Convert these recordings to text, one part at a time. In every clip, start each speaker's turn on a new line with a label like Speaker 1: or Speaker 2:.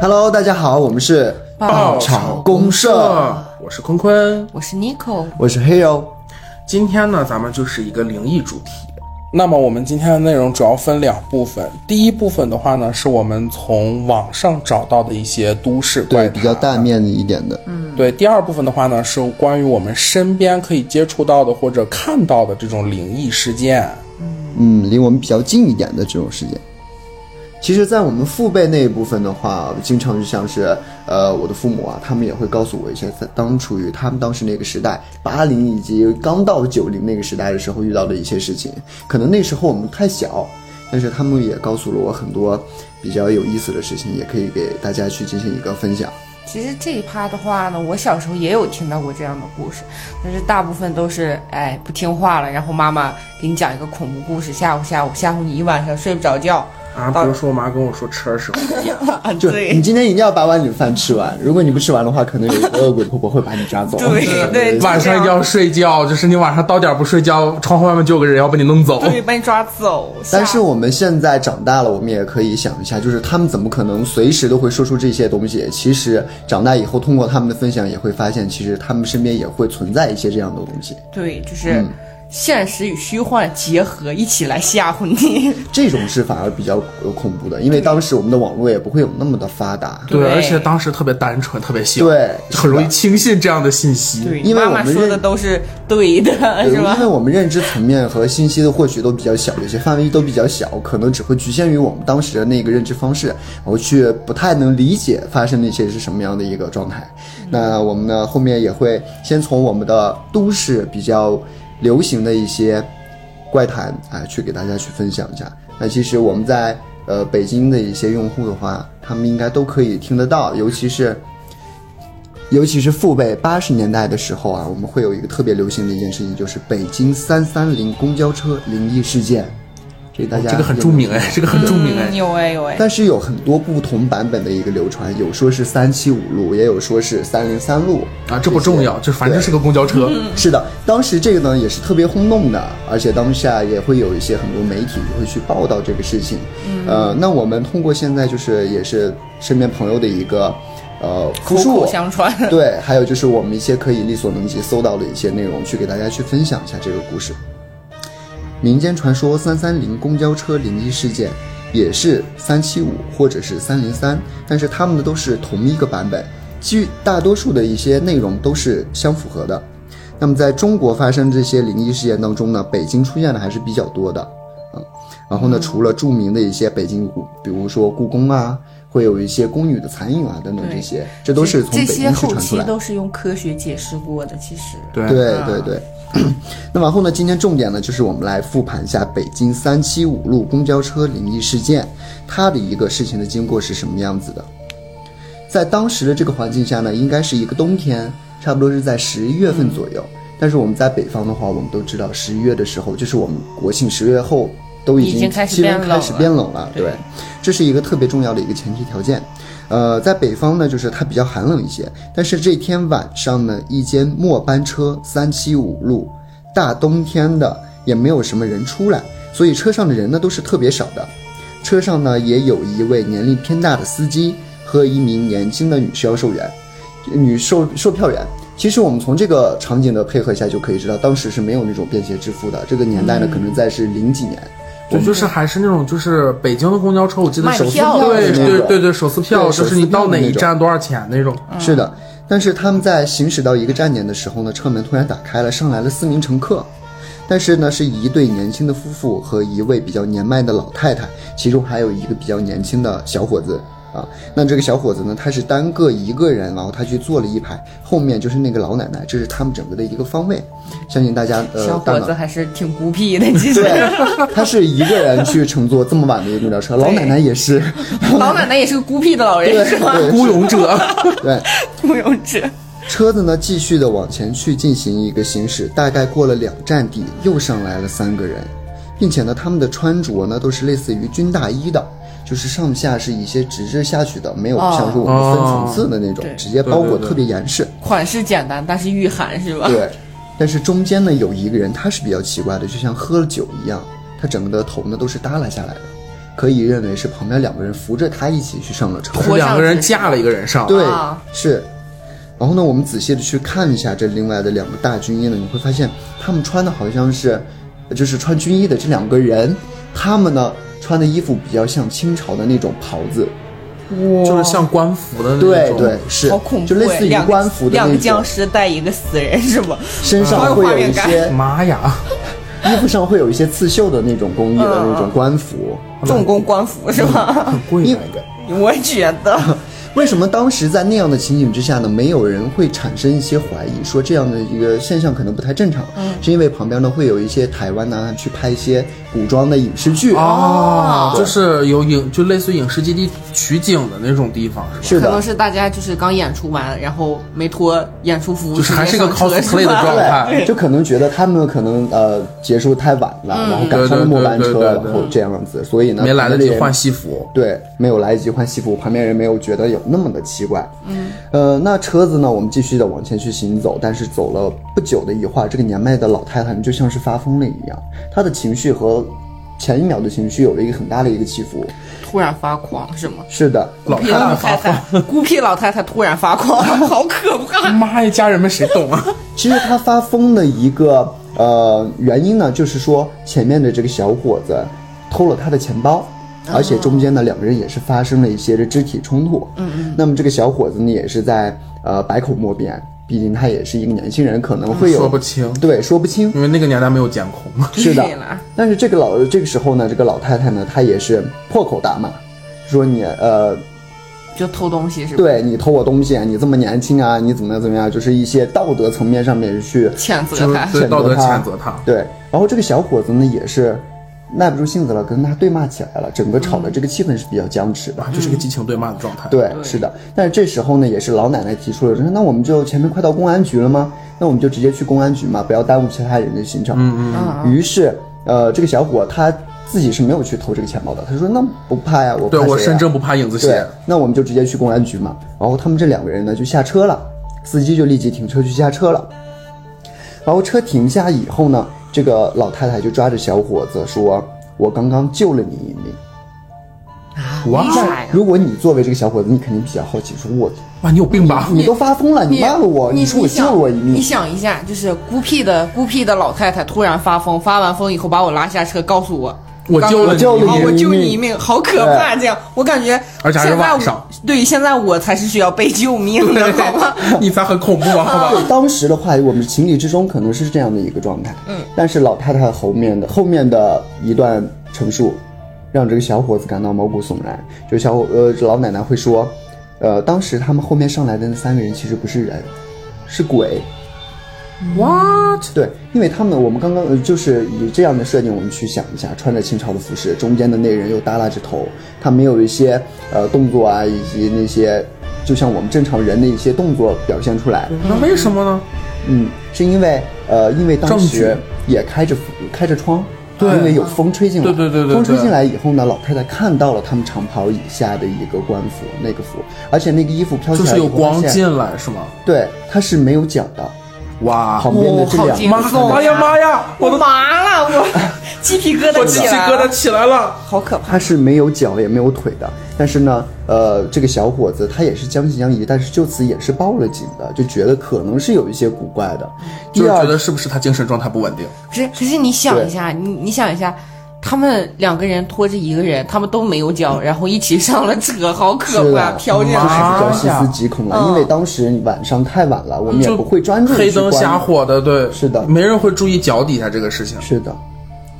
Speaker 1: Hello，大家好，我们是
Speaker 2: 爆
Speaker 1: 炒公社，
Speaker 2: 我是坤坤。
Speaker 3: 我是 Nico，
Speaker 1: 我是 Hero。
Speaker 2: 今天呢，咱们就是一个灵异主题。那么我们今天的内容主要分两部分，第一部分的话呢，是我们从网上找到的一些都市怪
Speaker 1: 对，
Speaker 2: 谈，
Speaker 1: 比较大面一点的，
Speaker 2: 对，第二部分的话呢，是关于我们身边可以接触到的或者看到的这种灵异事件。
Speaker 1: 嗯，离我们比较近一点的这种事件。其实，在我们父辈那一部分的话，经常就像是呃，我的父母啊，他们也会告诉我一些在当处于他们当时那个时代，八零以及刚到九零那个时代的时候遇到的一些事情。可能那时候我们太小，但是他们也告诉了我很多比较有意思的事情，也可以给大家去进行一个分享。
Speaker 3: 其实这一趴的话呢，我小时候也有听到过这样的故事，但是大部分都是哎不听话了，然后妈妈给你讲一个恐怖故事吓唬吓唬吓唬你一晚上睡不着 觉。
Speaker 2: 啊，比如说我妈跟我说吃二十回，
Speaker 3: 啊，
Speaker 1: 就你，今天一定要把碗里的饭吃完，如果你不吃完的话，可能有一个恶鬼婆婆会把你抓走。 嗯
Speaker 3: 对对
Speaker 2: 晚上一定要睡觉，就是你晚上到点儿不睡觉，窗户外面就有个人要把你弄走。
Speaker 3: 对，把你抓走。
Speaker 1: 但是
Speaker 3: 吓
Speaker 1: 我们现在长大了，我们也可以想一下，就是他们怎么可能随时都会说出这些东西？其实长大以后，通过他们的分享，也会发现，其实他们身边也会存在一些这样的东西。
Speaker 3: 对，就是
Speaker 1: 嗯
Speaker 3: 现实与虚幻结合一起来吓唬 你。
Speaker 1: 这种是反而比较呃恐怖的，因为当时我们的网络也不会有那么的发达。
Speaker 2: 对，
Speaker 3: 对
Speaker 2: 而且当时特别单纯，特别小，
Speaker 1: 对
Speaker 2: 很容易轻信这样的信息。
Speaker 3: 对，
Speaker 1: 因为
Speaker 3: 妈
Speaker 1: 我
Speaker 3: 妈
Speaker 1: 们
Speaker 3: 说的
Speaker 1: 认
Speaker 3: 都是对的，
Speaker 1: 呃
Speaker 3: 是
Speaker 1: 因为
Speaker 3: 吧？
Speaker 1: 我们认知层面和信息的获取都比较小，有些范围都比较小，可能只会局限于我们当时的那个认知方式，我去不太能理解发生那些是什么样的一个状态。
Speaker 3: 嗯
Speaker 1: 那我们呢，后面也会先从我们的都市比较流行的一些怪谈，哎，去给大家去分享一下。那其实我们在呃北京的一些用户的话，他们应该都可以听得到，尤其是尤其是父辈八十年代的时候啊，我们会有一个特别流行的一件事情，就是北京三三零公交车灵异事件，这大家
Speaker 2: 这个很著。名哎，这个很著名哎
Speaker 3: 嗯，。有哎有哎，
Speaker 1: 但是有很多不同版本的一个流传，有说是三七五路，也有说是三零三路
Speaker 2: 啊，这不重要，就反正是个公交车。
Speaker 1: 是的，当时这个呢也是特别轰动的，而且当下也会有一些很多媒体会去报道这个事情。
Speaker 2: 嗯
Speaker 1: 呃，那我们通过现在就是也是身边朋友的一个呃
Speaker 3: 口
Speaker 1: 复述，
Speaker 3: 口相传。
Speaker 1: 对，还有就是我们一些可以力所能及搜到的一些内容，去给大家去分享一下这个故事。民间传说三三零公交车灵异事件，也是三七五或者是三零三，但是他们的都是同一个版本，基于大多数的一些内容都是相符合的。那么在中国发生这些灵异事件当中呢，北京出现的还是比较多的，嗯，然后呢，除了著名的一些北京古，比如说故宫啊，会有一些宫女的残影啊等等这些，这都是从
Speaker 3: 这
Speaker 1: 北
Speaker 3: 些
Speaker 1: 京去
Speaker 3: 后
Speaker 1: 传出
Speaker 3: 期嗯
Speaker 1: 来的。
Speaker 3: 都是用科学解释过的，其实。
Speaker 2: 对
Speaker 1: 对对对。 那往后呢，今天重点呢，就是我们来复盘一下北京三七五路公交车灵异事件，它的一个事情的经过是什么样子的。在当时的这个环境下呢，应该是一个冬天，差不多是在十一月份左右。但是我们在北方的话，我们都知道十一月的时候，就是我们国庆十月后都已
Speaker 3: 已
Speaker 1: 经
Speaker 3: 经开始
Speaker 1: 气温
Speaker 3: 变冷
Speaker 1: 开始
Speaker 3: 了
Speaker 1: 变冷了，
Speaker 3: 对
Speaker 1: 对，这是一个特别重要的一个前提条件。呃，在北方呢，就是它比较寒冷一些，但是这天晚上呢，一间末班车三七五路，大冬天的也没有什么人出来，所以车上的人呢都是特别少的。车上呢也有一位年龄偏大的司机和一名年轻的女销售员，女售售票员。其实我们从这个场景的配合下就可以知道，当时是没有那种便携支付的。这个年代呢，可能在是零几年，
Speaker 2: 对，就是还是那种，就是北京的公交车，我记得
Speaker 3: 卖
Speaker 2: 手撕
Speaker 3: 票的
Speaker 2: 对
Speaker 1: 那种
Speaker 2: 对对对，手撕票，
Speaker 1: 对
Speaker 2: 就
Speaker 1: 手
Speaker 2: 是
Speaker 1: 撕
Speaker 2: 你
Speaker 1: 票
Speaker 2: 到
Speaker 1: 的
Speaker 2: 哪
Speaker 1: 那
Speaker 2: 一
Speaker 1: 种
Speaker 2: 站多少钱那种。
Speaker 3: 嗯
Speaker 1: 是的，但是他们在行驶到一个站点的时候呢，车门突然打开了，上来了四名乘客。但是呢，是一对年轻的夫妇和一位比较年迈的老太太，其中还有一个比较年轻的小伙子啊。那这个小伙子呢，他是单个一个人，然后他去坐了一排，后面就是那个老奶奶，这是他们整个的一个方位。相信大家呃，
Speaker 3: 小
Speaker 1: 大
Speaker 3: 伙
Speaker 1: 脑
Speaker 3: 子还是挺孤僻的，其实。
Speaker 1: 对，他是一个人去乘坐这么晚的一个公交车，老奶奶也 是，
Speaker 3: 老奶奶也是个孤僻的老人，是吗？
Speaker 1: 对
Speaker 2: 孤勇者，
Speaker 1: 对，
Speaker 3: 不用纸。
Speaker 1: 车子呢继续的往前去进行一个行驶，大概过了两站地，又上来了三个人，并且呢，他们的穿着呢都是类似于军大衣的，就是上下是一些直着下去的，没有
Speaker 3: 哦
Speaker 1: 像说我们分层次的那种，
Speaker 3: 对
Speaker 1: 直接包裹
Speaker 2: 对对对
Speaker 1: 特别严实。
Speaker 3: 款式简单，但是御寒是吧？
Speaker 1: 对，但是中间呢有一个人，他是比较奇怪的，就像喝了酒一样，他整个的头呢都是耷拉下来的，可以认为是旁边两个人扶着他一起去上了车。
Speaker 3: 拖上
Speaker 2: 两个人架了一个人上，
Speaker 1: 对
Speaker 3: 啊，
Speaker 1: 是。然后呢，我们仔细的去看一下这另外的两个大军医呢，你会发现他们穿的好像是，就是穿军衣的这两个人，他们呢穿的衣服比较像清朝的那种袍子，
Speaker 2: 就是像官服的那种。
Speaker 1: 对对是，
Speaker 3: 好恐怖
Speaker 1: 就
Speaker 3: 哎！
Speaker 1: 类似于
Speaker 3: 两个
Speaker 1: 官服的
Speaker 3: 两
Speaker 1: 那
Speaker 3: 个僵
Speaker 1: 种，
Speaker 3: 尸带一个死人是 吧？
Speaker 1: 身
Speaker 3: 好有
Speaker 1: 上会
Speaker 3: 画
Speaker 1: 有
Speaker 3: 面
Speaker 1: 一
Speaker 3: 感
Speaker 1: 些
Speaker 2: 妈呀，
Speaker 1: 衣服上会有一些刺绣的那种工艺的
Speaker 3: 嗯
Speaker 1: 那种官服。
Speaker 3: 重工官服是吧？
Speaker 2: 很贵的那个。
Speaker 3: 我觉 得
Speaker 1: 为什么当时在那样的情景之下呢，没有人会产生一些怀疑，说这样的一个现象可能不太正常？
Speaker 2: 嗯
Speaker 1: 是因为旁边呢会有一些台湾呢去拍一些古装的影视剧，
Speaker 2: 哦，
Speaker 1: 对
Speaker 2: 就是有影，就类似于影视基地取景的那种地方，是吧？
Speaker 1: 是
Speaker 3: 可能
Speaker 1: 的，
Speaker 3: 是大家就是刚演出完，然后没脱演出服，
Speaker 2: 就是还
Speaker 3: 直
Speaker 2: 是个
Speaker 3: 接上车
Speaker 2: cosplay 的
Speaker 3: 是吧
Speaker 2: 状态
Speaker 1: 对，就可能觉得他们可能呃结束太晚了，然后赶上了末班
Speaker 2: 嗯对对
Speaker 1: 车，
Speaker 2: 对对
Speaker 1: 然后这样子，所以呢
Speaker 2: 没来得及换
Speaker 1: 西。
Speaker 2: 西服，
Speaker 1: 对，没有来得及换西服，旁边人没有觉得有那么的奇怪。嗯，呃，那车子呢，我们继续的往前去行走，但是走了不久的一会儿，这个年迈的老太太呢，就像是发疯了一样，她的情绪和前一秒的情绪有了一个很大的一个起伏。
Speaker 3: 突然发狂是吗？
Speaker 1: 是的，
Speaker 2: 老太太发疯，
Speaker 3: 太，孤僻老太太突然发狂， 好可怕！
Speaker 2: 妈呀，家人们谁懂啊？
Speaker 1: 其实她发疯的一个呃原因呢，就是说前面的这个小伙子偷了她的钱包。而且中间呢，两个人也是发生了一些这肢体冲突。嗯嗯。那么这个小伙子呢，也是在呃百口莫辩，毕竟他也是一个年轻人，可能 会有、
Speaker 2: 说不清，
Speaker 1: 对说不清。
Speaker 2: 因为那个年代没有监控。
Speaker 1: 是的
Speaker 3: 对了，
Speaker 1: 但是这个老这个时候呢，这个老太太呢，她也是破口大骂，说你呃，
Speaker 3: 就偷东西是吧？
Speaker 1: 对你偷我东西，你这么年轻啊，你怎么样怎么样，就是一些道德层面上面去
Speaker 3: 谴
Speaker 2: 就
Speaker 3: 责
Speaker 2: 是
Speaker 3: 他，
Speaker 2: 对
Speaker 1: 谴责
Speaker 2: 道德
Speaker 1: 他
Speaker 2: 谴责他，
Speaker 1: 对，然后这个小伙子呢也是耐不住性子了，跟他对骂起来了，整个吵的这个气氛是比较僵持的。
Speaker 2: 啊，就是个激情对骂的状态。
Speaker 1: 嗯对，
Speaker 3: 对
Speaker 1: 是的。但是这时候呢，也是老奶奶提出了，说那我们就前面快到公安局了吗？那我们就直接去公安局嘛，不要耽误其他人的行程。嗯嗯。于是，呃，这个小伙他自己是没有去偷这个钱包的，他说那不怕呀，我怕
Speaker 2: 对
Speaker 1: 谁呀、
Speaker 2: 我身正不怕影子
Speaker 1: 对
Speaker 2: 斜，，
Speaker 1: 那我们就直接去公安局嘛。然后他们这两个人呢就下车了，司机就立即停车去下车了。然后车停下以后呢，这个老太太就抓着小伙子说：“我刚刚救了你一命。
Speaker 3: 啊
Speaker 2: 哇
Speaker 3: 为啥呀？
Speaker 1: 如果你作为这个小伙子，你肯定比较好奇，说我
Speaker 2: 哇，你有病吧？
Speaker 1: 你都发疯了，你骂了我，
Speaker 3: 你
Speaker 1: 说我救
Speaker 3: 想
Speaker 1: 了我一
Speaker 3: 你
Speaker 1: 命，
Speaker 3: 想一下，就是孤僻的孤僻的老太太突然发疯，发完疯以后把我拉下车，告诉我
Speaker 2: 我
Speaker 3: 刚
Speaker 2: 救了
Speaker 1: 我救
Speaker 2: 你
Speaker 1: 了
Speaker 3: 哦
Speaker 1: 你，
Speaker 3: 我救你一命，好可怕！这样，我感觉
Speaker 2: 而且还是
Speaker 3: 现在
Speaker 2: 晚
Speaker 3: 我
Speaker 2: 上
Speaker 3: 对，现在我才是需要被救命 的，好吗？
Speaker 2: 你才很恐怖 啊，好吧？
Speaker 1: 对当时的话，我们情理之中可能是这样的一个状态。嗯，但是老太太后面的后面的一段陈述，让这个小伙子感到毛骨悚然。就小伙呃老奶奶会说，呃，当时他们后面上来的那三个人其实不是人，是鬼。
Speaker 2: What？
Speaker 1: 对，因为他们我们刚刚呃就是以这样的设定，我们去想一下，穿着清朝的服饰，中间的那人又耷拉着头，他没有一些呃动作啊，以及那些就像我们正常人的一些动作表现出来。
Speaker 2: 那为什么呢？
Speaker 1: 嗯，是因为呃，因为当
Speaker 2: 证
Speaker 1: 时
Speaker 2: 据
Speaker 1: 也开着开着窗，
Speaker 2: 对
Speaker 1: 因为有风吹进来，
Speaker 2: 对对对对对
Speaker 1: 风吹进来以后呢，老太太看到了他们长袍以下的一个官服，那个服，而且那个衣服飘起
Speaker 2: 就
Speaker 1: 来
Speaker 2: 是
Speaker 1: 以后
Speaker 2: 有光哦
Speaker 1: 发现，
Speaker 2: 进来是吗？
Speaker 1: 对，它是没有脚的，
Speaker 2: 哇，
Speaker 1: 旁边的这
Speaker 3: 哦好
Speaker 1: 两
Speaker 3: 惊
Speaker 1: 个，
Speaker 2: 妈
Speaker 3: 悚
Speaker 2: 哎呀妈呀，我
Speaker 3: 我
Speaker 2: 的
Speaker 3: 麻了， 我鸡皮疙瘩
Speaker 2: 我鸡
Speaker 3: 起
Speaker 2: 皮
Speaker 3: 来
Speaker 2: 疙瘩
Speaker 3: 了，
Speaker 2: 起来了。
Speaker 3: 好可怕！
Speaker 1: 它是没有脚也没有腿的，但是呢，呃，这个小伙子他也是将信将疑，但是就此也是报了警的，就觉得可能是有一些古怪的。第
Speaker 2: 就是
Speaker 1: 二
Speaker 2: 觉得是不是他精神状态不稳定？
Speaker 3: 可是可是你想一下，你你想一下。他们两个人拖着一个人，他们都没有脚，然后一起上了车，好可
Speaker 1: 是
Speaker 3: 怕！
Speaker 1: 的
Speaker 3: 啊飘进
Speaker 1: 就是
Speaker 3: 来，嗯
Speaker 1: 比较细
Speaker 2: 哎呀
Speaker 1: 思极恐了，因为当时晚上太晚了，我们也
Speaker 2: 就
Speaker 1: 不会专注地
Speaker 2: 黑
Speaker 1: 去
Speaker 2: 灯
Speaker 1: 观
Speaker 2: 瞎火的，对，
Speaker 1: 是的
Speaker 2: 没人会注意脚底下这个事情。
Speaker 1: 是的，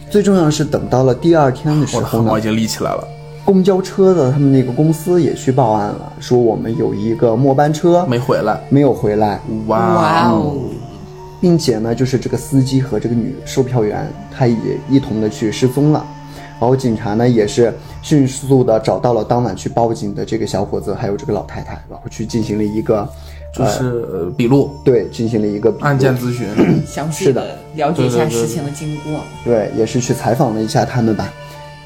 Speaker 1: 最重要的是等到了第二天的时
Speaker 2: 我的
Speaker 1: 候
Speaker 2: 汗毛
Speaker 1: 呢
Speaker 2: 已，经立起来了。
Speaker 1: 公交车的他们那个公司也去报案了，说我们有一个末班车
Speaker 2: 没回来。
Speaker 1: 没有回来，
Speaker 2: 哇，
Speaker 3: 哇哦！
Speaker 1: 并且呢，就是这个司机和这个女售票员，她也一同的去失踪了。然后警察呢也是迅速的找到了当晚去报警的这个小伙子，还有这个老太太，然后去进行了一个
Speaker 2: 就是呃笔录、
Speaker 1: 对进行了一个笔录
Speaker 2: 案件咨 询，
Speaker 3: 详细
Speaker 1: 是
Speaker 3: 的
Speaker 1: 的
Speaker 3: 了解一
Speaker 2: 对
Speaker 3: 下
Speaker 2: 对对
Speaker 3: 事情的经过。
Speaker 1: 对，也是去采访了一下他们吧。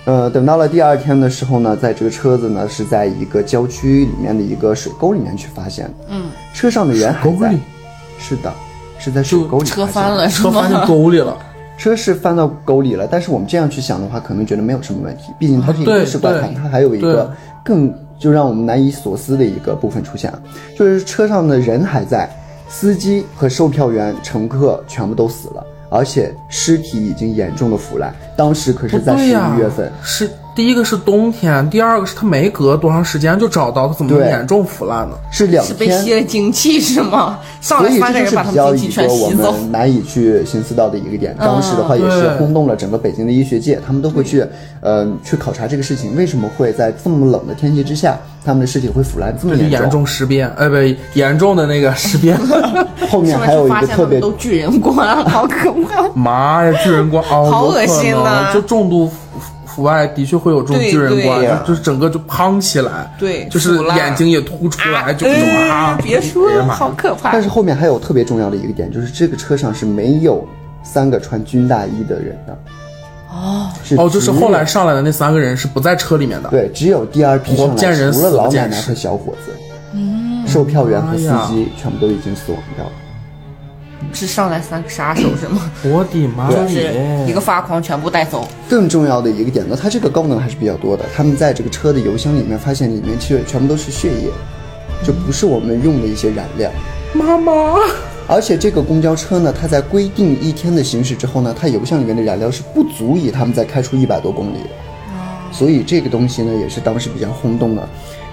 Speaker 1: 呃，等到了第二天的时候呢，在这个车子呢是在一个郊区里面的一个水沟里面去发现的。嗯，车嗯上的人还在。是的，是在水沟里发现的。
Speaker 3: 车翻了是
Speaker 2: 车翻
Speaker 3: 吗？
Speaker 2: 进沟里了。
Speaker 1: 车是翻到沟里了，但是我们这样去想的话，可能觉得没有什么问题，毕竟它是一个
Speaker 2: 啊对
Speaker 1: 都市怪谈，
Speaker 2: 对
Speaker 1: 它还有一
Speaker 2: 对
Speaker 1: 个更就让我们难以所思的一个部分出现，就是车上的人还在，司机和售票员、乘客全部都死了。而且尸体已经严重的腐烂，当时可
Speaker 2: 不
Speaker 1: 是在十
Speaker 2: 对呀、
Speaker 1: 一月份，
Speaker 2: 是第一个是冬天，第二个是他没隔多长时间就找到，他怎么能
Speaker 1: 对
Speaker 2: 严重腐烂呢？
Speaker 1: 是两
Speaker 3: 是被
Speaker 1: 天
Speaker 3: 吸了 精气是吗？上
Speaker 1: 所
Speaker 3: 来
Speaker 1: 以
Speaker 3: 三个
Speaker 1: 这就
Speaker 3: 人
Speaker 1: 是
Speaker 3: 把他
Speaker 1: 比
Speaker 3: 们
Speaker 1: 较
Speaker 3: 精气
Speaker 1: 一
Speaker 3: 全
Speaker 1: 个我
Speaker 3: 吸 走，
Speaker 1: 们难以去寻思到的一个点。当时的话也是
Speaker 2: 对
Speaker 1: 轰动了整个北京的医学界，他们都会去，呃，去考察这个事情为什么会在这么冷的天气之下，他们的尸体会腐烂这么
Speaker 2: 这是严
Speaker 1: 严重。
Speaker 2: 重尸变，哎，不，严重的那个 尸变。
Speaker 1: 后面
Speaker 3: 上
Speaker 1: 还
Speaker 3: 来
Speaker 1: 有
Speaker 3: 就
Speaker 1: 一
Speaker 3: 发
Speaker 1: 个
Speaker 3: 现
Speaker 1: 特
Speaker 3: 他们
Speaker 1: 别
Speaker 3: 都巨人观了，好可 怕！
Speaker 2: 妈呀，巨人观哦，
Speaker 3: 好
Speaker 2: 有可
Speaker 3: 恶心
Speaker 2: 能
Speaker 3: 呐
Speaker 2: 就重度腐腐外的确会有这种
Speaker 3: 对
Speaker 2: 巨人观，
Speaker 3: 对
Speaker 2: 就就是整个就胖起来，
Speaker 3: 对
Speaker 2: 就是
Speaker 3: 腐烂
Speaker 2: 眼睛也凸出来，就那种啊
Speaker 3: 哎，别说
Speaker 2: 哎呀
Speaker 3: 了，
Speaker 2: 妈呀
Speaker 3: 好可怕
Speaker 1: 但！是后面还有特别重要的一个点，就是这个车上是没有三个穿军大衣的人的。
Speaker 3: 哦，
Speaker 1: 是
Speaker 2: 哦，就是
Speaker 1: 只有
Speaker 2: 后来上来的那三个人是不在车里面的，
Speaker 1: 对，只有第二批
Speaker 2: 活
Speaker 1: 上
Speaker 2: 不见
Speaker 1: 来，
Speaker 2: 人
Speaker 1: 除
Speaker 2: 死
Speaker 1: 了
Speaker 2: 不
Speaker 1: 老
Speaker 2: 见
Speaker 1: 奶奶
Speaker 2: 尸
Speaker 1: 和小伙子，售票员和司
Speaker 2: 妈呀
Speaker 1: 机全部都已经死亡掉了。
Speaker 3: 是上来三个杀手是吗？
Speaker 2: 我的妈呀！
Speaker 1: 哎
Speaker 3: 就是一个发狂，全部带走。
Speaker 1: 更重要的一个点呢，它这个功能还是比较多的。他们在这个车的油箱里面发现，里面其实全部都是血液，就不是我们用的一些燃料。
Speaker 2: 妈妈，
Speaker 1: 而且这个公交车呢，它在规定一天的行驶之后呢，它油箱里面的燃料是不足以他们再开出一百多公里的。所以这个东西呢，也是当时比较轰动的，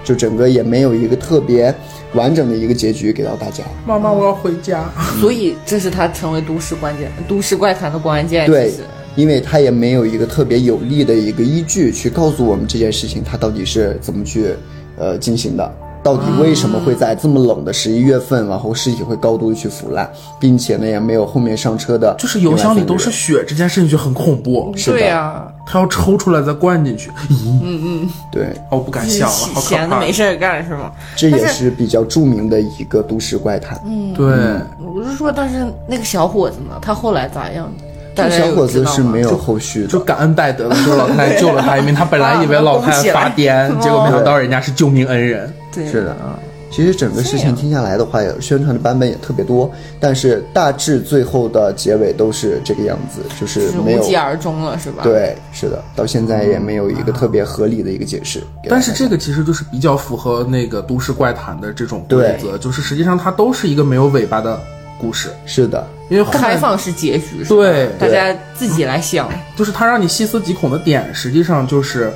Speaker 1: 就整个也没有一个特别完整的一个结局给到大家。
Speaker 2: 妈妈，我要回家。
Speaker 1: 嗯
Speaker 3: 所以这是他成为都市关键、都市怪谈的关键。
Speaker 1: 对
Speaker 3: 其实，
Speaker 1: 因为它也没有一个特别有力的一个依据去告诉我们这件事情它到底是怎么去呃进行的，到底为什么会在这么冷的十一月份，然后尸体会高度地去腐烂，并且呢也没有后面上车的，
Speaker 2: 就是油箱里都是。血，这件事情就很恐怖，
Speaker 1: 是的
Speaker 3: 对啊，
Speaker 2: 他要抽出来再灌进去。咦，
Speaker 1: 对，
Speaker 2: 哦，不敢想了，好可
Speaker 3: 闲的
Speaker 2: 怕。
Speaker 3: 没事儿干是吗？
Speaker 1: 这也
Speaker 3: 但是嗯
Speaker 1: 是比较著名的一个都市怪谈。
Speaker 2: 对，嗯
Speaker 3: 我是说，但是那个小伙子呢？他后来咋样？
Speaker 1: 这
Speaker 3: 大
Speaker 1: 个
Speaker 3: 家
Speaker 1: 小
Speaker 3: 有
Speaker 1: 伙
Speaker 3: 知
Speaker 1: 子
Speaker 3: 道
Speaker 1: 是
Speaker 3: 吗
Speaker 1: 没有后续
Speaker 2: 就
Speaker 1: 的。
Speaker 2: 感恩戴德了，就是老太太救了他一命。他本来以为老太太发 癫，结果没想到人家是救命恩人。
Speaker 3: 对
Speaker 1: 是的啊，其实整个事情听下来的话，有宣传的版本也特别多，但是大致最后的结尾都是这个样子，就是
Speaker 3: 是
Speaker 1: 没
Speaker 3: 无
Speaker 1: 有
Speaker 3: 疾而终了
Speaker 2: 啊
Speaker 3: 是吧？，
Speaker 1: 对，是的，到现在也没有一个特别合理的一个解释。给大
Speaker 2: 但
Speaker 1: 家
Speaker 2: 是这个其实就是比较符合那个都市怪谈的这种规
Speaker 1: 对
Speaker 2: 则，就是实际上它都是一个没有尾巴的故事，
Speaker 1: 是的，
Speaker 2: 因为后
Speaker 3: 开
Speaker 2: 面
Speaker 3: 放式结局是吧？
Speaker 2: 对
Speaker 3: 大家自己来想。
Speaker 2: 就是它让你细思极恐的点，实际上就是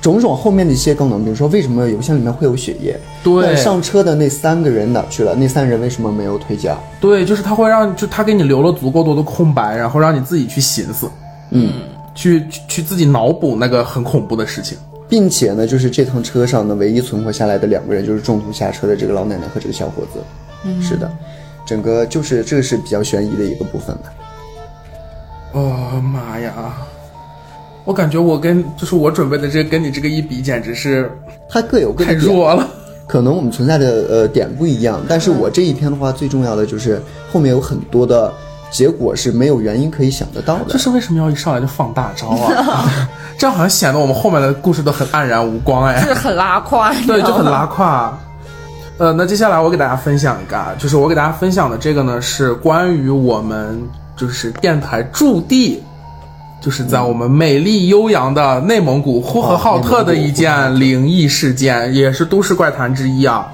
Speaker 1: 种种后面的一些功能，比如说为什么邮箱里面会有血液？
Speaker 2: 对
Speaker 1: 那上车的那三个人哪去了？那三人为什么没有腿脚？
Speaker 2: 对，就是它会让就它给你留了足够多的空白，然后让你自己去寻思，
Speaker 1: 嗯，
Speaker 2: 去去去自己脑补那个很恐怖的事情。
Speaker 1: 并且呢，就是这趟车上呢，唯一存活下来的两个人就是中途下车的这个老奶奶和这个小伙子。嗯，是的，整个就是这个是比较悬疑的一个部分吧。
Speaker 2: 哦妈呀！我感觉我跟就是我准备的这跟你这个一比，简直是
Speaker 1: 它各有各
Speaker 2: 太
Speaker 1: 的点，
Speaker 2: 弱了。
Speaker 1: 可能我们存在的呃点不一样，但是我这一篇的话，最重要的就是后面有很多的结果是没有原因可以想得到的
Speaker 2: 这。是为什么要一上来就放大招啊？这样好像显得我们后面的故事都很黯然无光哎
Speaker 3: 就。是很拉胯，你知
Speaker 2: 对，
Speaker 3: 道
Speaker 2: 就很
Speaker 3: 吗
Speaker 2: 拉胯。呃，那接下来我给大家分享一个啊，就是我给大家分享的这个呢，是关于我们就是电台驻地，就是在我们美丽悠扬的内蒙古呼和浩特的一件灵异事件，也是都市怪谈之一啊。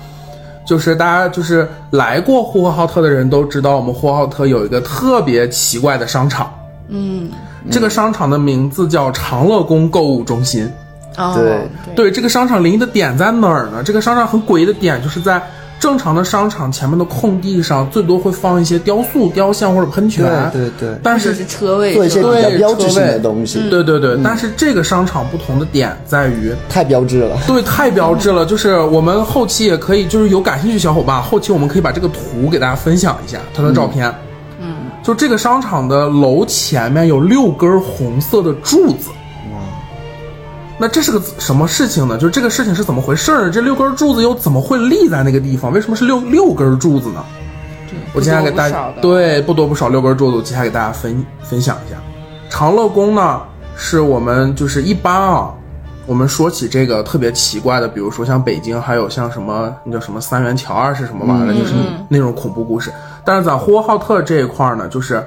Speaker 2: 就是大家就是来过呼和浩特的人都知道，我们呼和浩特有一个特别奇怪的商场，嗯，这个商场的名字叫长乐宫购物中心。
Speaker 3: 哦
Speaker 1: 对
Speaker 3: 对
Speaker 2: 对，这个商场灵异的点在哪儿呢？这个商场很诡异的点就是在正常的商场前面的空地上，最多会放一些雕塑、雕像或者喷泉。
Speaker 1: 对对对
Speaker 2: 但
Speaker 3: 就是是车位
Speaker 1: 做一些
Speaker 3: 是
Speaker 1: 比
Speaker 3: 吧
Speaker 2: 对
Speaker 1: 较标志性
Speaker 2: 车位
Speaker 1: 的东西，
Speaker 2: 对对
Speaker 1: 嗯
Speaker 2: 对，但是这个商场不同的点在于，
Speaker 1: 太标志了。
Speaker 2: 对，太标志了。就是我们后期也可以，就是有感兴趣小伙伴，后期我们可以把这个图给大家分享一下它的照片。嗯，就这个商场的楼前面有六根红色的柱子。那这是个什么事情呢？就是这个事情是怎么回事儿？这六根柱子又怎么会立在那个地方？为什么是六六根柱子呢？我接下来给大
Speaker 3: 不多
Speaker 2: 家
Speaker 3: 不少的
Speaker 2: 对不多不少六根柱子，我接下来给大家分分享一下。长乐宫呢，是我们就是一般啊，我们说起这个特别奇怪的，比如说像北京，还有像什么那叫什么三元桥啊，是什
Speaker 3: 嗯
Speaker 2: 么玩意儿的，就是那种恐怖故事。但是在呼和浩特这一块儿呢，就是